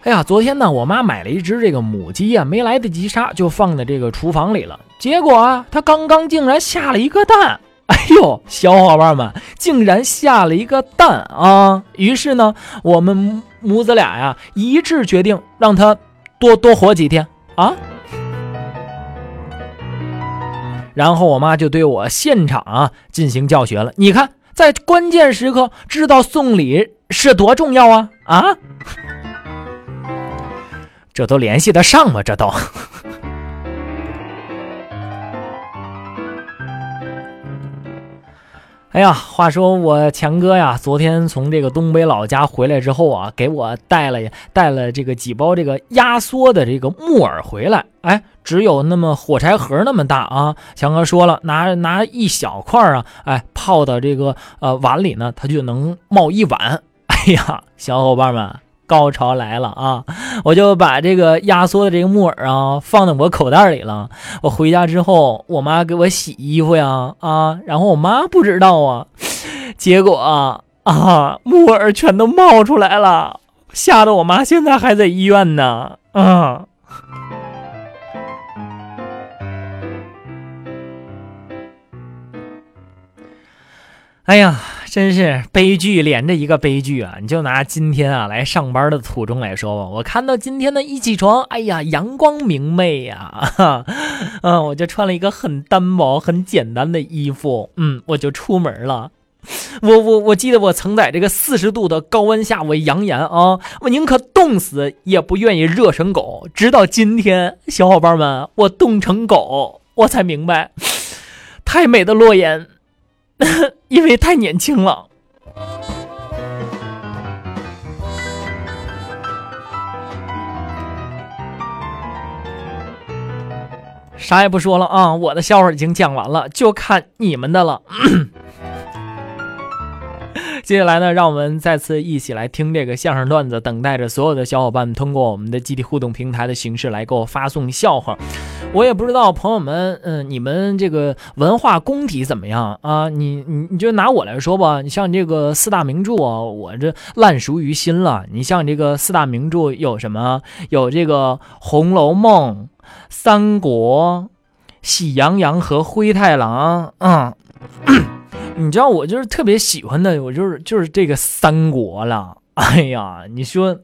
[SPEAKER 6] 哎呀，昨天呢，我妈买了一只这个母鸡呀、没来得及杀，就放在这个厨房里了。结果啊，它刚刚竟然下了一个蛋。哎呦，小伙伴们，竟然下了一个蛋啊！于是呢，我们母母子俩呀一致决定让它多多活几天啊。然后我妈就对我现场啊进行教学了。你看，在关键时刻知道送礼是多重要啊啊！这都联系得上吗？这都。 哎呀，话说我强哥呀，昨天从这个东北老家回来之后啊，给我带了带了这个几包这个压缩的这个木耳回来，哎，只有那么火柴盒那么大啊。强哥说了，拿拿一小块儿啊，哎，泡到这个呃碗里呢，它就能冒一碗。哎呀，小伙伴们，高潮来了啊！我就把这个压缩的这个木耳啊放在我口袋里了。我回家之后，我妈给我洗衣服呀啊，然后我妈不知道啊，结果啊啊木耳全都冒出来了，吓得我妈现在还在医院呢啊。哎呀，真是悲剧连着一个悲剧啊！你就拿今天啊来上班的途中来说吧，我看到今天的一起床，哎呀，阳光明媚呀、 哈，嗯，我就穿了一个很单薄、很简单的衣服，嗯，我就出门了。我我我记得我曾在这个四十度的高温下，我扬言啊，我宁可冻死也不愿意热成狗。直到今天，小伙伴们，我冻成狗，我才明白，太美的诺言。因为太年轻了。啥也不说了啊，我的笑话已经讲完了，就看你们的了。 接下来呢，让我们再次一起来听这个相声段子，等待着所有的小伙伴们通过我们的集体互动平台的形式来给我发送笑话。我也不知道朋友们，嗯、你们这个文化功底怎么样啊？你你你就拿我来说吧，你像这个四大名著啊，我这烂熟于心了。你像这个四大名著有什么？有这个《红楼梦》《三国》《喜羊羊和灰太狼》嗯。 你知道我就是特别喜欢的，我就是就是这个三国了。哎呀，你说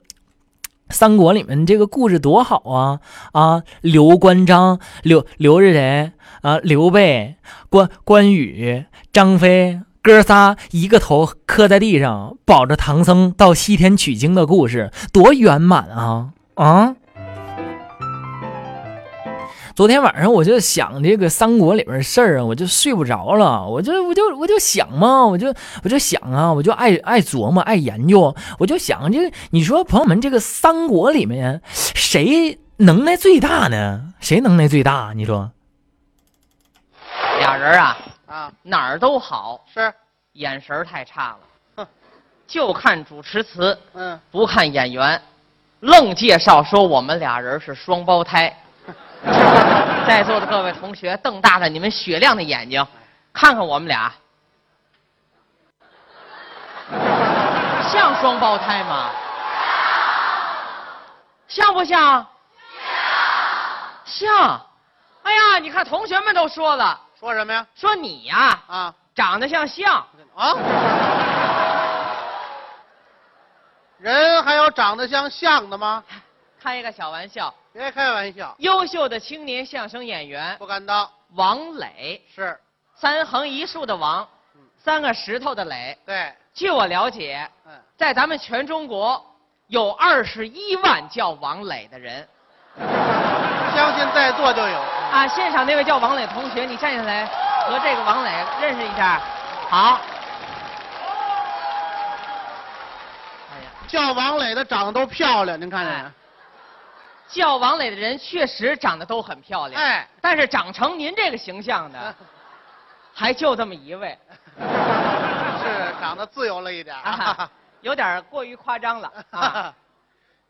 [SPEAKER 6] 三国里面这个故事多好啊啊！刘关张刘刘是谁啊？刘备、关关羽、张飞，哥仨一个头磕在地上，保着唐僧到西天取经的故事，多圆满啊啊！昨天晚上我就想这个三国里边的事儿啊，我就睡不着了，我就我就我就想嘛，我就我就想啊，我就爱爱琢磨，爱研究，我就想这你说朋友们，这个三国里面谁能耐最大呢？谁能耐最大？你说？
[SPEAKER 9] 俩人啊，
[SPEAKER 13] 啊，
[SPEAKER 9] 哪儿都好，
[SPEAKER 13] 是
[SPEAKER 9] 眼神儿太差了。
[SPEAKER 13] 就看主持词，嗯，不看演员，愣介绍说我们俩人是双胞胎。在座的各位同学，瞪大了你们雪亮的眼睛，看看我们俩，像双胞胎吗？像不像？像。哎呀，你看同学们都说了，
[SPEAKER 14] 说什么呀？
[SPEAKER 13] 说你呀，啊，长得像像啊。
[SPEAKER 14] 人还有长得像像的吗？
[SPEAKER 13] 开一个小玩笑，
[SPEAKER 14] 别开玩笑。
[SPEAKER 13] 优秀的青年相声演员
[SPEAKER 14] 不敢当，
[SPEAKER 13] 王磊
[SPEAKER 14] 是嗯
[SPEAKER 13] 三横一竖的王，三个石头的磊。
[SPEAKER 14] 对，嗯
[SPEAKER 13] 据我了解，在咱们全中国有二十一万叫王磊的人。
[SPEAKER 14] 相信在座就有
[SPEAKER 13] 啊！现场那位叫王磊同学，你站起来和这个王磊认识一下。好。
[SPEAKER 14] 哎呀，叫王磊的长得都漂亮，您看
[SPEAKER 13] 哎
[SPEAKER 14] 见没？
[SPEAKER 13] 叫王磊的人确实长得都很漂亮，
[SPEAKER 14] 哎，
[SPEAKER 13] 但是长成您这个形象 的，还就这么一位，
[SPEAKER 14] 是长得自由了一点，
[SPEAKER 13] 啊、有点过于夸张了啊，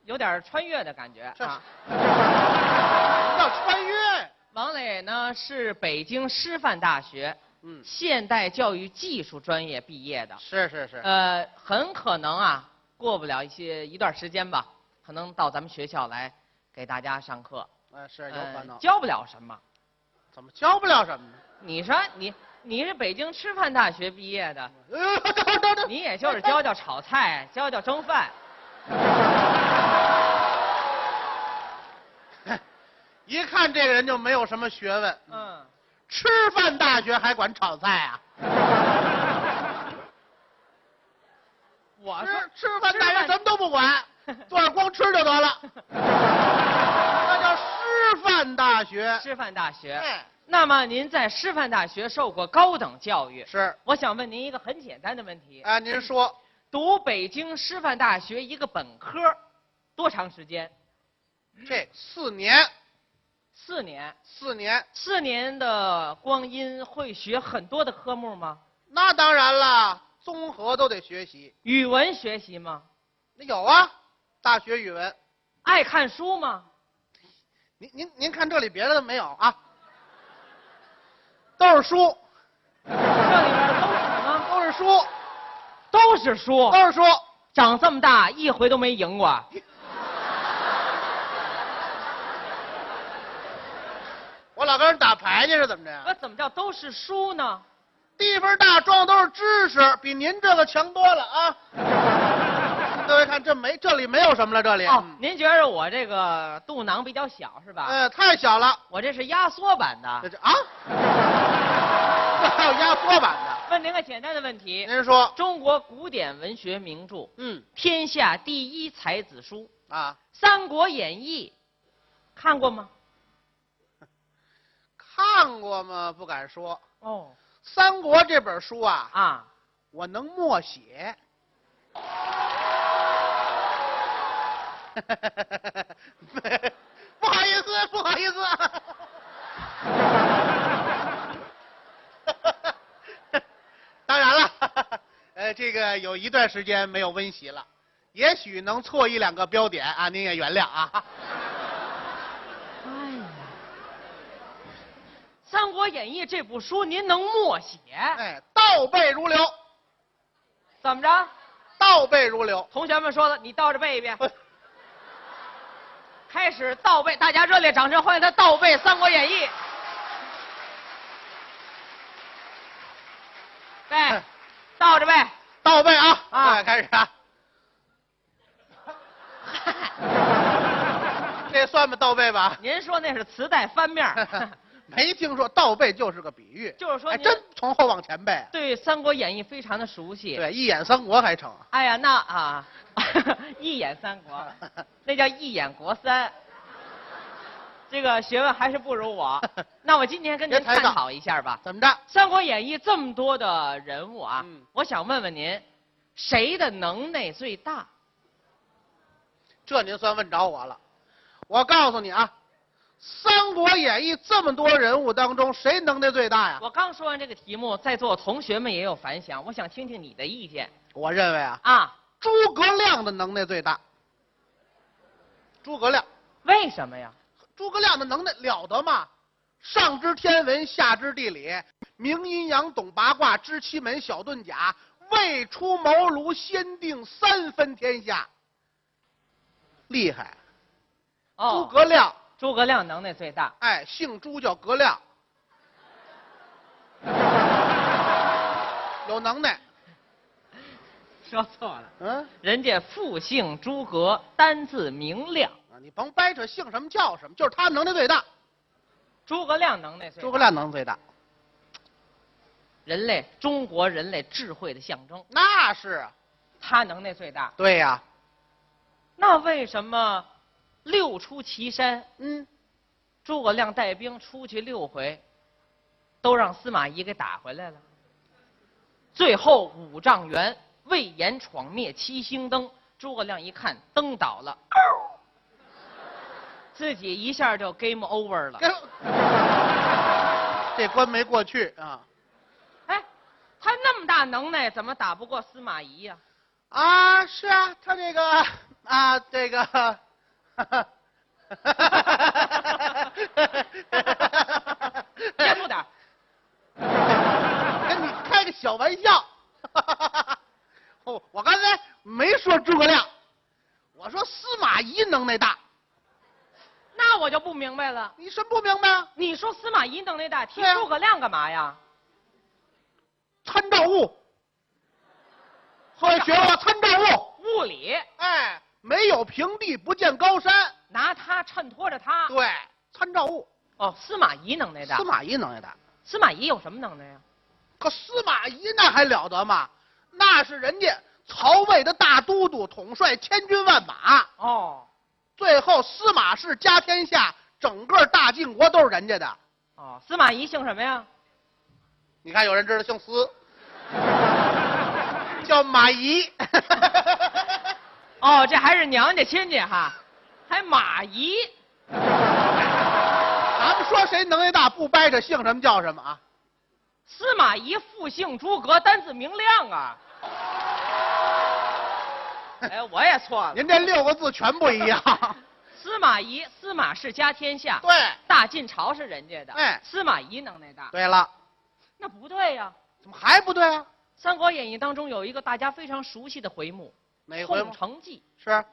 [SPEAKER 13] 有点穿越的感觉啊。
[SPEAKER 14] 要穿越。
[SPEAKER 13] 王磊呢是北京师范大学，嗯，现代教育技术专业毕业的，
[SPEAKER 14] 是是是，
[SPEAKER 13] 呃，很可能啊，过不了一些一段时间吧，可能到咱们学校来给大家上课，呃
[SPEAKER 14] 哎，是有可能
[SPEAKER 13] 教不了什么，
[SPEAKER 14] 怎么教不了什么呢？
[SPEAKER 13] 你说你你是北京师范大学毕 业的，
[SPEAKER 14] 呃
[SPEAKER 13] 你也就是教教炒菜，教教蒸饭。
[SPEAKER 14] 一看 这人就没有什么学问。嗯，吃饭大学还管炒菜啊？
[SPEAKER 13] 我
[SPEAKER 14] 吃吃饭大学什么都不管，坐着光吃就得了。那叫师范大学。
[SPEAKER 13] 师范大学。那么您在师范大学受过高等教育？
[SPEAKER 14] 是。
[SPEAKER 13] 我想问您一个很简单的问题。
[SPEAKER 14] 啊，您说，
[SPEAKER 13] 读北京师范大学一个本科，多长时间？
[SPEAKER 14] 这四年，
[SPEAKER 13] 四年，
[SPEAKER 14] 四年，
[SPEAKER 13] 四年的光阴会学很多的科目吗？
[SPEAKER 14] 那当然了，综合都得学习。
[SPEAKER 13] 语文学习吗？
[SPEAKER 14] 那有啊，大学语文。
[SPEAKER 13] 爱看书吗？
[SPEAKER 14] 您您您看这里别的没有啊？都是书。
[SPEAKER 13] 这里边都是什么？
[SPEAKER 14] 都是书，
[SPEAKER 13] 都是书，
[SPEAKER 14] 都是书。
[SPEAKER 13] 长这么大一回都没赢过。
[SPEAKER 14] 我老跟人打牌去是怎么着呀？
[SPEAKER 13] 那怎么叫都是书呢？
[SPEAKER 14] 地方大装都是知识，比您这个强多了啊！各位看，这没这里没有什么了，这里。
[SPEAKER 13] 哦，您觉着我这个肚囊比较小是吧？
[SPEAKER 14] 呃，太小了。
[SPEAKER 13] 我这是压缩版的。
[SPEAKER 14] 这这啊？ 这还有压缩版的？
[SPEAKER 13] 问您个简单的问题。
[SPEAKER 14] 您说，
[SPEAKER 13] 中国古典文学名著，
[SPEAKER 14] 嗯，
[SPEAKER 13] 天下第一才子书
[SPEAKER 14] 啊，
[SPEAKER 13] 《三国演义》，看过吗？
[SPEAKER 14] 看过吗？不敢说。
[SPEAKER 13] 哦，《
[SPEAKER 14] 三国》这本书啊，
[SPEAKER 13] 啊，
[SPEAKER 14] 我能默写。不好意思，不好意思。当然了， 呃，这个有一段时间没有温习了，也许能错一两个标点啊，您也原谅啊。
[SPEAKER 13] 《三国演义》这部书您能默写？
[SPEAKER 14] 哎，倒背如流。
[SPEAKER 13] 怎么着？
[SPEAKER 14] 倒背如流。
[SPEAKER 13] 同学们说了，你倒着背一遍。
[SPEAKER 14] 哎
[SPEAKER 13] 开始倒背，大家热烈掌声欢迎他倒背《三国 演义》。哎，倒着背，
[SPEAKER 14] 倒背啊！
[SPEAKER 13] 啊，
[SPEAKER 14] 开始啊。这算吧，倒背吧。
[SPEAKER 13] 您说那是磁带翻面。
[SPEAKER 14] 没听说倒背就是个比喻，
[SPEAKER 13] 就是说
[SPEAKER 14] 还哎真从后往前背。
[SPEAKER 13] 对《三国演义》非常的熟悉，
[SPEAKER 14] 对，一眼三国还成。
[SPEAKER 13] 哎呀，那啊， 一眼三 国，那叫一眼国三。这个学问还是不 如我。那我今天跟您探讨一下吧。
[SPEAKER 14] 怎么着？《
[SPEAKER 13] 三国演义》这么多的人物啊，嗯、我想问问您，谁的能耐最大？
[SPEAKER 14] 这您算问着我了。我告诉你啊。《三国演义》这么多人物当中，谁能耐最大呀？
[SPEAKER 13] 我刚说完这个题目，在座同学们也有反响，我想听听你的意见。
[SPEAKER 14] 我认为啊，
[SPEAKER 13] 啊，
[SPEAKER 14] 诸葛亮的能耐最大。诸葛亮，
[SPEAKER 13] 为什么呀？
[SPEAKER 14] 诸葛亮的能耐了得吗？上知天文，下知地理，明阴阳，懂八卦，知奇门，晓遁甲，未出茅庐先定三分天下，厉害。
[SPEAKER 13] 哦，
[SPEAKER 14] 诸葛亮，
[SPEAKER 13] 诸葛亮能耐最大。
[SPEAKER 14] 哎，姓朱叫葛亮，有能耐。
[SPEAKER 13] 说错了，
[SPEAKER 14] 嗯，
[SPEAKER 13] 人家复姓诸葛，单字明亮。
[SPEAKER 14] 啊你甭掰扯姓什么叫什么，就是他能耐最大。
[SPEAKER 13] 诸葛亮能耐最大
[SPEAKER 14] 诸葛亮能耐最大，
[SPEAKER 13] 人类中国人类智慧的象征，
[SPEAKER 14] 那是啊
[SPEAKER 13] 他能耐最大。
[SPEAKER 14] 对呀、
[SPEAKER 13] 那为什么六出祁山，
[SPEAKER 14] 嗯，
[SPEAKER 13] 诸葛亮带兵出去六回，都让司马懿给打回来了？最后五丈原魏延闯灭七星灯，诸葛亮一看灯倒了，自己一下就 game over 了。
[SPEAKER 14] 跟这关没过去啊
[SPEAKER 13] 哎，他那么大能耐，怎么打不过司马懿呀、
[SPEAKER 14] 啊！是啊，他这个啊，这个，哈哈哈哈哈！
[SPEAKER 13] 严肃点儿，
[SPEAKER 14] 跟你开个小玩笑。我我刚才没说诸葛亮，我说司马懿能耐大。
[SPEAKER 13] 那我就不明白了。
[SPEAKER 14] 你什么不明白啊？
[SPEAKER 13] 你说司马懿能耐大，提
[SPEAKER 14] 对啊
[SPEAKER 13] 诸葛亮干嘛呀？
[SPEAKER 14] 参照物，后来学过参照物。
[SPEAKER 13] 物理
[SPEAKER 14] 哎，没有平地不见高山。
[SPEAKER 13] 拿他衬托着他。
[SPEAKER 14] 对，参照物。
[SPEAKER 13] 哦，司马懿能耐大。
[SPEAKER 14] 司马懿能耐大，
[SPEAKER 13] 司马懿有什么能耐呀？
[SPEAKER 14] 可司马懿那还了得吗？那是人家曹魏的大都督，统帅千军万马，
[SPEAKER 13] 哦
[SPEAKER 14] 最后司马氏家天下，整个大晋国都是人家的。
[SPEAKER 13] 哦，司马懿姓什么呀？
[SPEAKER 14] 你看，有人知道姓司，叫马 懿。
[SPEAKER 13] 哦，这还是娘家亲戚哈，还马懿。
[SPEAKER 14] 咱们说谁能耐大，不掰扯姓什么叫什么啊？
[SPEAKER 13] 司马懿复姓诸葛，单字明 亮啊。哎，我也错了。
[SPEAKER 14] 您这六个字全不一样。
[SPEAKER 13] 司马懿，司马氏家天下。
[SPEAKER 14] 对，
[SPEAKER 13] 大晋朝是人家的。
[SPEAKER 14] 哎
[SPEAKER 13] 司马懿能耐大。
[SPEAKER 14] 对了，
[SPEAKER 13] 那不对呀、
[SPEAKER 14] 怎么还不对啊？
[SPEAKER 13] 《三国演义》当中有一个大家非常熟悉的回目
[SPEAKER 14] 哪
[SPEAKER 13] 《
[SPEAKER 14] 回
[SPEAKER 13] 空
[SPEAKER 14] 吗？
[SPEAKER 13] 城计》，
[SPEAKER 14] 是，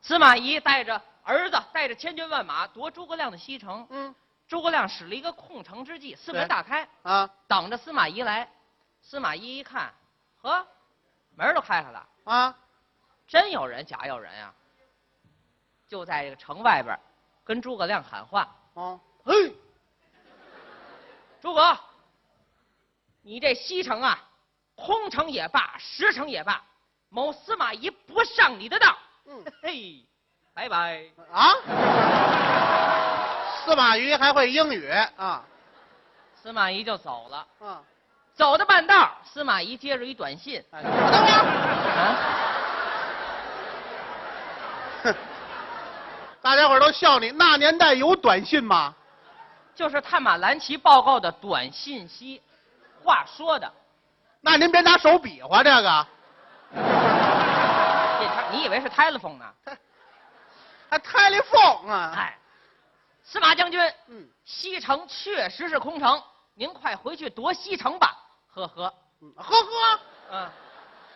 [SPEAKER 13] 司马懿带着儿子，带着千军万马夺诸葛亮的西城。
[SPEAKER 14] 嗯，
[SPEAKER 13] 诸葛亮使了一个空城之计，四
[SPEAKER 14] 对
[SPEAKER 13] 门大开，
[SPEAKER 14] 啊
[SPEAKER 13] 等着司马懿来。司马懿一看，呵，门儿都开开了，
[SPEAKER 14] 啊，
[SPEAKER 13] 真有人，假有人啊！就在这个城外边儿跟诸葛亮喊话
[SPEAKER 14] 哦，嘿，：“
[SPEAKER 13] 诸葛，你这西城啊，空城也罢，实城也罢，某司马懿不上你的当。”
[SPEAKER 14] 嗯
[SPEAKER 13] 嘿，拜拜。
[SPEAKER 14] 啊，司马懿还会英语啊
[SPEAKER 13] 司马懿就走了。
[SPEAKER 14] 啊！
[SPEAKER 13] 走到半道儿，司马懿接着一短信
[SPEAKER 14] 哎等会儿，
[SPEAKER 13] 啊，
[SPEAKER 14] 大家伙儿都笑你。那年代有短信吗？
[SPEAKER 13] 就是探马兰奇报告的短信息，话说的。
[SPEAKER 14] 那您别拿手比划这个，啊
[SPEAKER 13] 这天你以为是 telephone 呢？
[SPEAKER 14] 还 telephone 啊？
[SPEAKER 13] 哎，司马将军，
[SPEAKER 14] 嗯，
[SPEAKER 13] 西城确实是空城，您快回去夺西城吧。呵呵，
[SPEAKER 14] 嗯呵呵，
[SPEAKER 13] 嗯，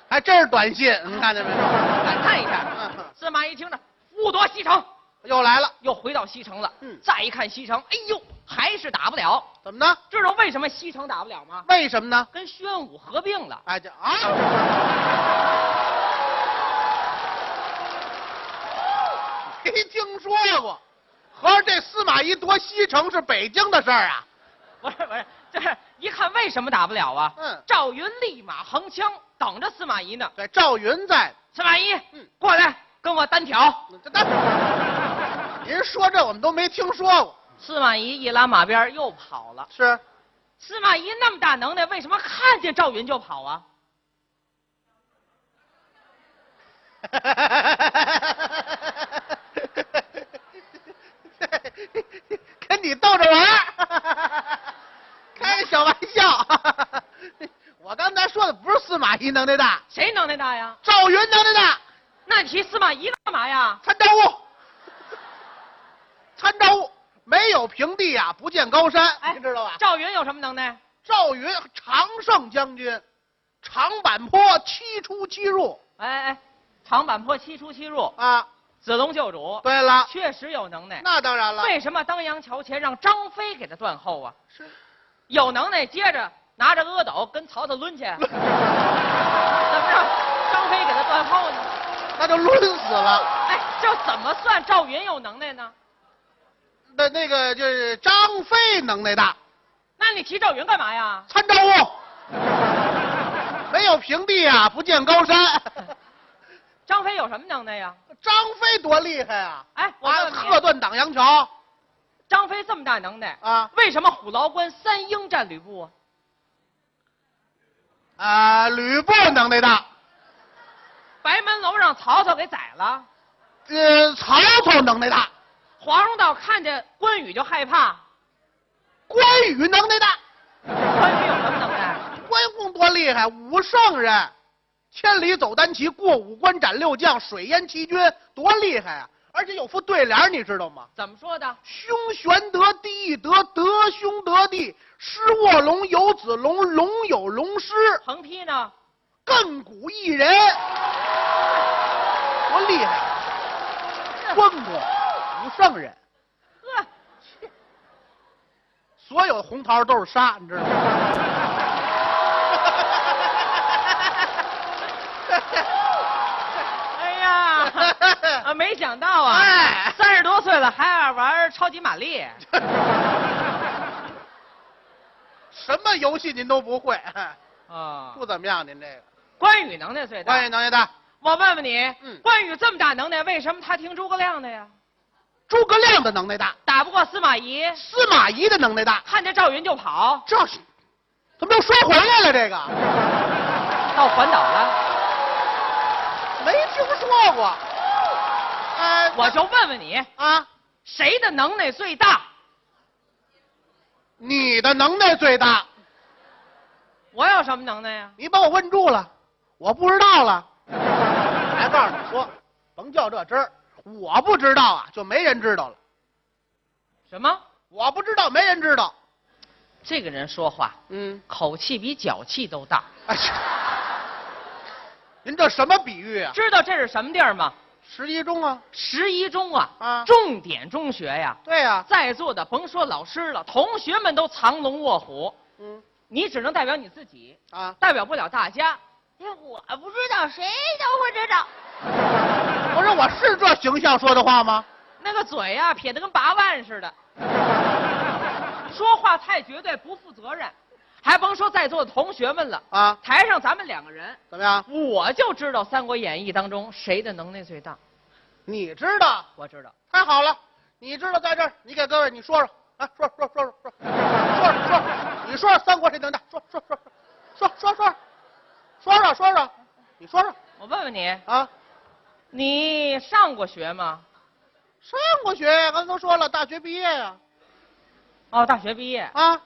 [SPEAKER 14] 还真是短信，您看见没有？
[SPEAKER 13] 感叹一下
[SPEAKER 14] 嗯。
[SPEAKER 13] 司马懿听着，复夺西城，
[SPEAKER 14] 又来了，
[SPEAKER 13] 又回到西城了。
[SPEAKER 14] 嗯
[SPEAKER 13] 再一看西城，哎呦，还是打不了。
[SPEAKER 14] 怎么呢？
[SPEAKER 13] 知道为什么西城打不了吗？
[SPEAKER 14] 为什么呢？
[SPEAKER 13] 跟宣武合并了。
[SPEAKER 14] 哎，这啊，没听说过。合着这司马懿夺西城是北京的事儿啊？
[SPEAKER 13] 不是不是，这是一看为什么打不了啊？
[SPEAKER 14] 嗯
[SPEAKER 13] 赵云立马横枪等着司马懿呢。
[SPEAKER 14] 对，赵云在。
[SPEAKER 13] 司马懿，
[SPEAKER 14] 嗯
[SPEAKER 13] 过来跟我单挑。
[SPEAKER 14] 这那， 您说这我们都没听说过。
[SPEAKER 13] 司马懿一拉马鞭儿又跑了。
[SPEAKER 14] 是，
[SPEAKER 13] 司马懿那么大能耐，为什么看见赵云就跑啊？
[SPEAKER 14] 跟你逗着玩儿，开个小玩笑。我刚才说的不是司马一能耐大，
[SPEAKER 13] 谁能耐大呀？
[SPEAKER 14] 赵云能耐大，
[SPEAKER 13] 那你提司马懿干嘛呀？
[SPEAKER 14] 参照物，参照物，没有平地呀、不见高山，您知道吧？
[SPEAKER 13] 赵云有什么能耐？
[SPEAKER 14] 赵云常胜将军，长坂坡七出七入，
[SPEAKER 13] 哎哎，长坂坡七出七入，
[SPEAKER 14] 啊，
[SPEAKER 13] 子龙救主。
[SPEAKER 14] 对了
[SPEAKER 13] 确实有能耐。
[SPEAKER 14] 那当然了
[SPEAKER 13] 为什么当阳桥前让张飞给他断后啊？
[SPEAKER 14] 是，
[SPEAKER 13] 有能耐，接着拿着阿斗跟曹操 抡去，啊怎么让张飞给他断后呢？
[SPEAKER 14] 那就抡死了。
[SPEAKER 13] 哎，这怎么算赵云有能耐呢？
[SPEAKER 14] 那那个就是呃张飞能耐大，
[SPEAKER 13] 那你提赵云干嘛呀？
[SPEAKER 14] 参照物，没有平地呀、啊不见高山。
[SPEAKER 13] 张飞有什么能耐呀？
[SPEAKER 14] 张飞多厉害啊！
[SPEAKER 13] 哎，我
[SPEAKER 14] 啊，
[SPEAKER 13] 问你
[SPEAKER 14] 鹤断挡阳桥
[SPEAKER 13] 张飞这么大能耐，
[SPEAKER 14] 啊
[SPEAKER 13] 为什么虎牢关三英战吕布啊？
[SPEAKER 14] 啊，吕布能耐大，
[SPEAKER 13] 白门楼让曹操给宰了，
[SPEAKER 14] 呃，曹操能耐大，
[SPEAKER 13] 黄蓉道看见关羽就害怕，
[SPEAKER 14] 关羽能耐大，
[SPEAKER 13] 关羽有什么能耐？
[SPEAKER 14] 关公多厉害，武圣人，千里走单骑，过五关斩六将，水淹七军，多厉害啊！而且有副对联，你知道吗？
[SPEAKER 13] 怎么说的？
[SPEAKER 14] 凶玄得地义德，德凶得地，狮卧龙有子龙，龙有龙师，
[SPEAKER 13] 横批呢？
[SPEAKER 14] 亘古一人，多厉害！关公，武圣人，
[SPEAKER 13] 呵，
[SPEAKER 14] 所有红桃都是沙，你知道吗？
[SPEAKER 13] 哎呀，啊，没想到啊，
[SPEAKER 14] 哎
[SPEAKER 13] 三十多岁了还爱玩超级 玛丽，
[SPEAKER 14] 什么游戏您都不会，
[SPEAKER 13] 啊
[SPEAKER 14] 不怎么样。您这个
[SPEAKER 13] 关羽能耐最大。
[SPEAKER 14] 关于能耐大，
[SPEAKER 13] 我问问你，
[SPEAKER 14] 嗯
[SPEAKER 13] 关羽这么大能耐，为什么他听诸葛亮的呀？
[SPEAKER 14] 诸葛亮的能耐大，
[SPEAKER 13] 打不过司马懿，
[SPEAKER 14] 司马懿的能耐大，
[SPEAKER 13] 看见赵云就跑，
[SPEAKER 14] 这是怎么又说回来了？这个
[SPEAKER 13] 到环岛了。
[SPEAKER 14] 没听说过。哎，
[SPEAKER 13] 我就问问你，
[SPEAKER 14] 啊，
[SPEAKER 13] 谁的能耐最大？
[SPEAKER 14] 你的能耐最大，
[SPEAKER 13] 我有什么能耐呀？
[SPEAKER 14] 你把我问住了，我不知道了。还告诉你说，甭较这真儿，我不知道啊，就没人知道了。
[SPEAKER 13] 什么？
[SPEAKER 14] 我不知道，没人知道。
[SPEAKER 13] 这个人说话
[SPEAKER 14] 嗯，
[SPEAKER 13] 口气比脚气都大，
[SPEAKER 14] 哎呀，您这什么比喻啊？
[SPEAKER 13] 知道这是什么地儿吗？
[SPEAKER 14] 十一中啊，
[SPEAKER 13] 十一中啊，
[SPEAKER 14] 啊
[SPEAKER 13] 重点中学呀，
[SPEAKER 14] 对啊呀、
[SPEAKER 13] 在座的甭说老师了，同学们都藏龙卧虎，
[SPEAKER 14] 嗯
[SPEAKER 13] 你只能代表你自己，
[SPEAKER 14] 啊，
[SPEAKER 13] 代表不了大家。
[SPEAKER 4] 因为哎我不知道，谁都会知 道。
[SPEAKER 14] 我说我是这形象说的话吗？
[SPEAKER 13] 那个嘴呀、撇得跟拔腕似 的，说话太绝对，不负责任，还甭说在座的同学们了。
[SPEAKER 14] 啊，
[SPEAKER 13] 台上咱们两个人，
[SPEAKER 14] 怎么样？
[SPEAKER 13] 我就知道《三国演义》当中谁的能耐最大，
[SPEAKER 14] 你知道？
[SPEAKER 13] 我知道。
[SPEAKER 14] 太好了，你知道在这儿，你给各位你说说啊，说说说说说说说说，你说说三国谁能大？说说说说说说说说说说说，你说说
[SPEAKER 13] 我问问你，
[SPEAKER 14] 啊，
[SPEAKER 13] 你上过学吗？
[SPEAKER 14] 上过学，刚才都说了，大学毕业呀、
[SPEAKER 13] 哦，大学毕业。
[SPEAKER 14] 啊，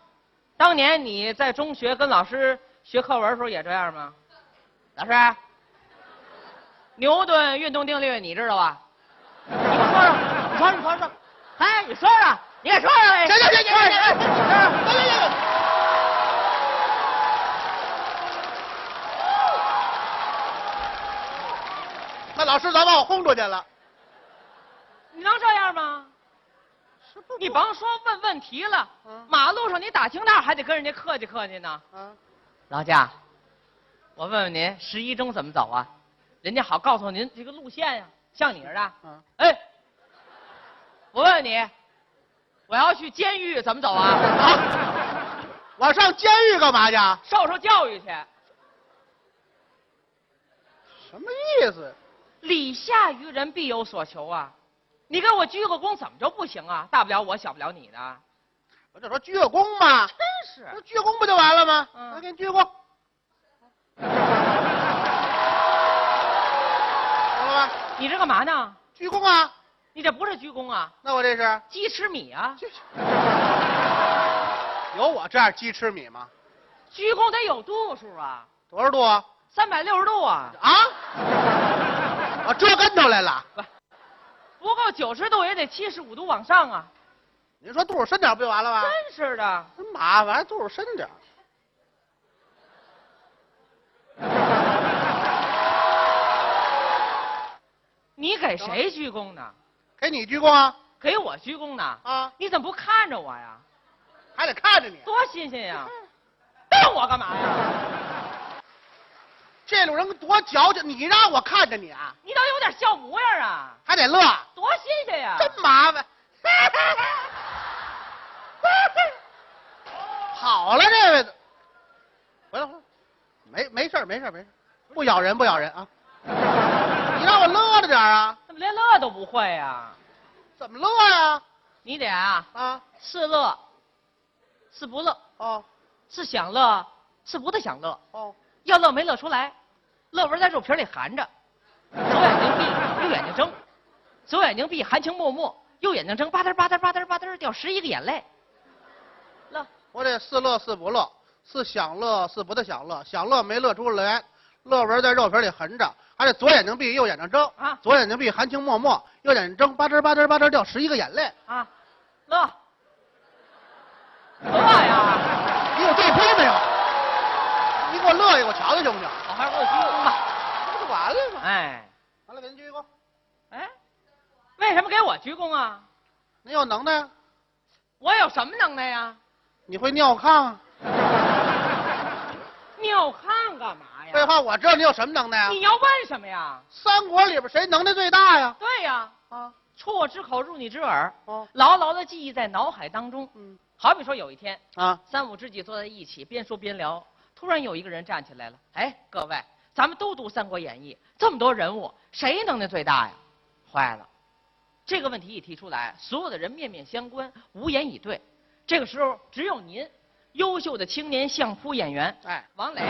[SPEAKER 13] 当年你在中学跟老师学课文的时候也这样吗？老师，牛顿运动定律你知道吧？你给我说说，你说说，你说说，哎，你说说，你给说说呗。
[SPEAKER 14] 行行行行行行行行行行那老师早把我轰出去了，
[SPEAKER 13] 你能这样吗？你甭说问问题了，
[SPEAKER 14] 嗯
[SPEAKER 13] 马路上你打听道还得跟人家客气客气呢。
[SPEAKER 14] 啊，
[SPEAKER 13] 老家，我问问您，十一中怎么走啊？人家好告诉您这个路线呀、像你似的。
[SPEAKER 14] 嗯，
[SPEAKER 13] 哎，我问问你，我要去监狱怎么走啊？
[SPEAKER 14] 我上监狱干嘛去？
[SPEAKER 13] 受受教育去。
[SPEAKER 14] 什么意思？
[SPEAKER 13] 礼下于人，必有所求啊！你给我鞠个躬，怎么就不行啊？大不了我，小不了你的。
[SPEAKER 14] 我就说鞠个躬嘛，
[SPEAKER 13] 真是
[SPEAKER 14] 那鞠躬不就完了吗？
[SPEAKER 13] 嗯
[SPEAKER 14] 来，给你鞠个躬。懂了吧？
[SPEAKER 13] 你这干嘛呢？
[SPEAKER 14] 鞠躬啊！
[SPEAKER 13] 你这不是鞠躬啊，
[SPEAKER 14] 那我这是
[SPEAKER 13] 鸡吃米啊！
[SPEAKER 14] 鞠有我这样鸡吃米吗？
[SPEAKER 13] 鞠躬得有度数啊！
[SPEAKER 14] 多少度啊？
[SPEAKER 13] 三百六十度啊！
[SPEAKER 14] 啊！我折跟头来了。
[SPEAKER 13] 不够九十度也得七十五度往上啊！
[SPEAKER 14] 你说肚子深点不就完了吗？
[SPEAKER 13] 真是的，
[SPEAKER 14] 真麻烦，肚子深点。
[SPEAKER 13] 你给谁鞠躬呢？
[SPEAKER 14] 给你鞠躬啊！
[SPEAKER 13] 给我鞠躬呢？
[SPEAKER 14] 啊！
[SPEAKER 13] 你怎么不看着我呀？
[SPEAKER 14] 还得看着你，
[SPEAKER 13] 多新鲜呀！瞪我干嘛呀？
[SPEAKER 14] 这种人多矫情！你让我看着你啊，
[SPEAKER 13] 你倒有点笑模样啊！
[SPEAKER 14] 还得乐，
[SPEAKER 13] 多新鲜呀！
[SPEAKER 14] 真麻 烦。好了，这位，回来回来，没没事儿没事儿没事儿，不咬人不咬人啊！ 你让我乐着点儿啊！
[SPEAKER 13] 怎么连乐都不会啊呀、
[SPEAKER 14] 怎么乐呀、
[SPEAKER 13] 你得啊
[SPEAKER 14] 啊，
[SPEAKER 13] 是乐，是不乐，
[SPEAKER 14] 哦
[SPEAKER 13] 是想乐，是不太想乐，
[SPEAKER 14] 哦，
[SPEAKER 13] 要乐没乐出来，乐纹在肉皮里含着，左眼睛闭，右眼睛睁，左眼睛闭含情脉脉，右眼睛睁吧嗒吧嗒吧嗒吧嗒掉十一个眼泪，乐，
[SPEAKER 14] 我得是乐是不乐，是想乐是不得想乐，想乐没乐出来，乐纹在肉皮里横着，还得左眼睛闭，右眼睛睁
[SPEAKER 13] 啊
[SPEAKER 14] 左眼睛闭含情脉脉，右眼睛睁吧嗒吧嗒吧嗒掉十一个眼泪。
[SPEAKER 13] 啊，乐，乐呀！
[SPEAKER 14] 你有照片没有？你给我乐一个，我瞧瞧行不行？
[SPEAKER 13] 好好给我鞠躬吧。
[SPEAKER 14] 这不就完了吗？
[SPEAKER 13] 哎
[SPEAKER 14] 完了，给您鞠一躬。
[SPEAKER 13] 哎，为什么给我鞠躬啊？
[SPEAKER 14] 您有能耐啊，
[SPEAKER 13] 我有什么能耐呀？
[SPEAKER 14] 你会尿炕啊？
[SPEAKER 13] 尿炕干嘛呀？
[SPEAKER 14] 废话，我知道你有什么能耐啊
[SPEAKER 13] 你。要问什么呀？
[SPEAKER 14] 三国里边谁能耐最大呀？
[SPEAKER 13] 对呀，
[SPEAKER 14] 啊，
[SPEAKER 13] 出我之口入你之耳，
[SPEAKER 14] 哦，
[SPEAKER 13] 牢牢的记忆在脑海当中。
[SPEAKER 14] 嗯，
[SPEAKER 13] 好比说有一天，
[SPEAKER 14] 啊，
[SPEAKER 13] 三五知己坐在一起，边说边聊，突然有一个人站起来了，哎，各位，咱们都读《三国演义》，这么多人物，谁能耐最大呀？坏了，这个问题一提出来，所有的人面面相关，无言以对。这个时候，只有您，优秀的青年相扑演员
[SPEAKER 14] 哎，
[SPEAKER 13] 王磊，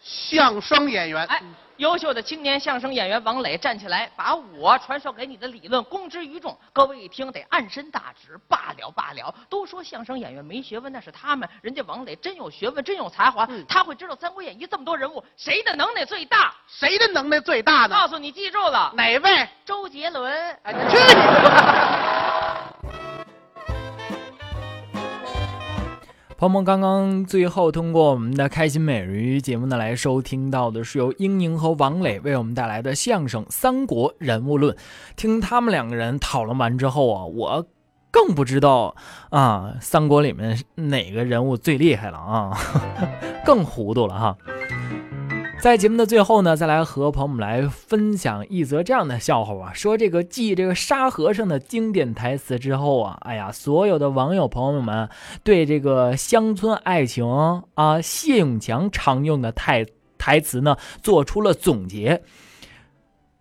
[SPEAKER 14] 相声演员，
[SPEAKER 13] 哎，优秀的青年相声演员王磊站起来，把我传授给你的理论公之于众。各位一听得暗身大指，罢了罢了。都说相声演员没学问，那是他们，人家王磊真有学问，真有才
[SPEAKER 14] 嗯
[SPEAKER 13] 华，他会知道《三国演义》这么多人物谁的能耐最大。
[SPEAKER 14] 谁的能耐最大呢？
[SPEAKER 13] 告 诉你，记住了，
[SPEAKER 14] 哪位？
[SPEAKER 13] 周杰伦。
[SPEAKER 14] 哎，你去你的吧！
[SPEAKER 6] 鹏鹏刚刚最后通过我们的《开心美人鱼》节目呢来收听到的是由英宁和王磊为我们带来的相声《三国人物论》。听他们两个人讨论完之后啊，我更不知道啊三国里面哪个人物最厉害了啊， 更糊涂了哈。在节目的最后呢，再来和朋友们来分享一则这样的笑话啊，说这个继这个沙和尚的经典台词之后啊，哎呀，所有的网友朋友们对这个乡村爱情啊，谢永强常用的台台词呢，做出了总结。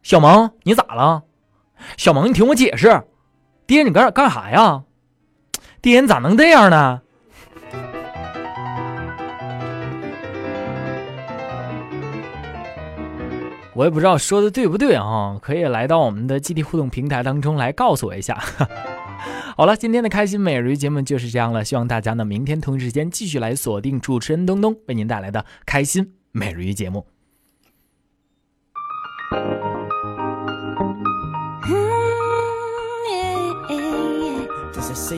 [SPEAKER 6] 小萌，你咋了？小萌，你听我解释。爹，你干干啥呀？爹，你咋能这样呢？我也不知道说的对不对啊，可以来到我们的集体互动平台当中来告诉我一下。好了，今天的开心美人鱼节目就是这样了，希望大家呢明天同一时间继续来锁定主持人东东为您带来的开心美人鱼节目。
[SPEAKER 15] 嗯耶耶耶
[SPEAKER 16] Does it say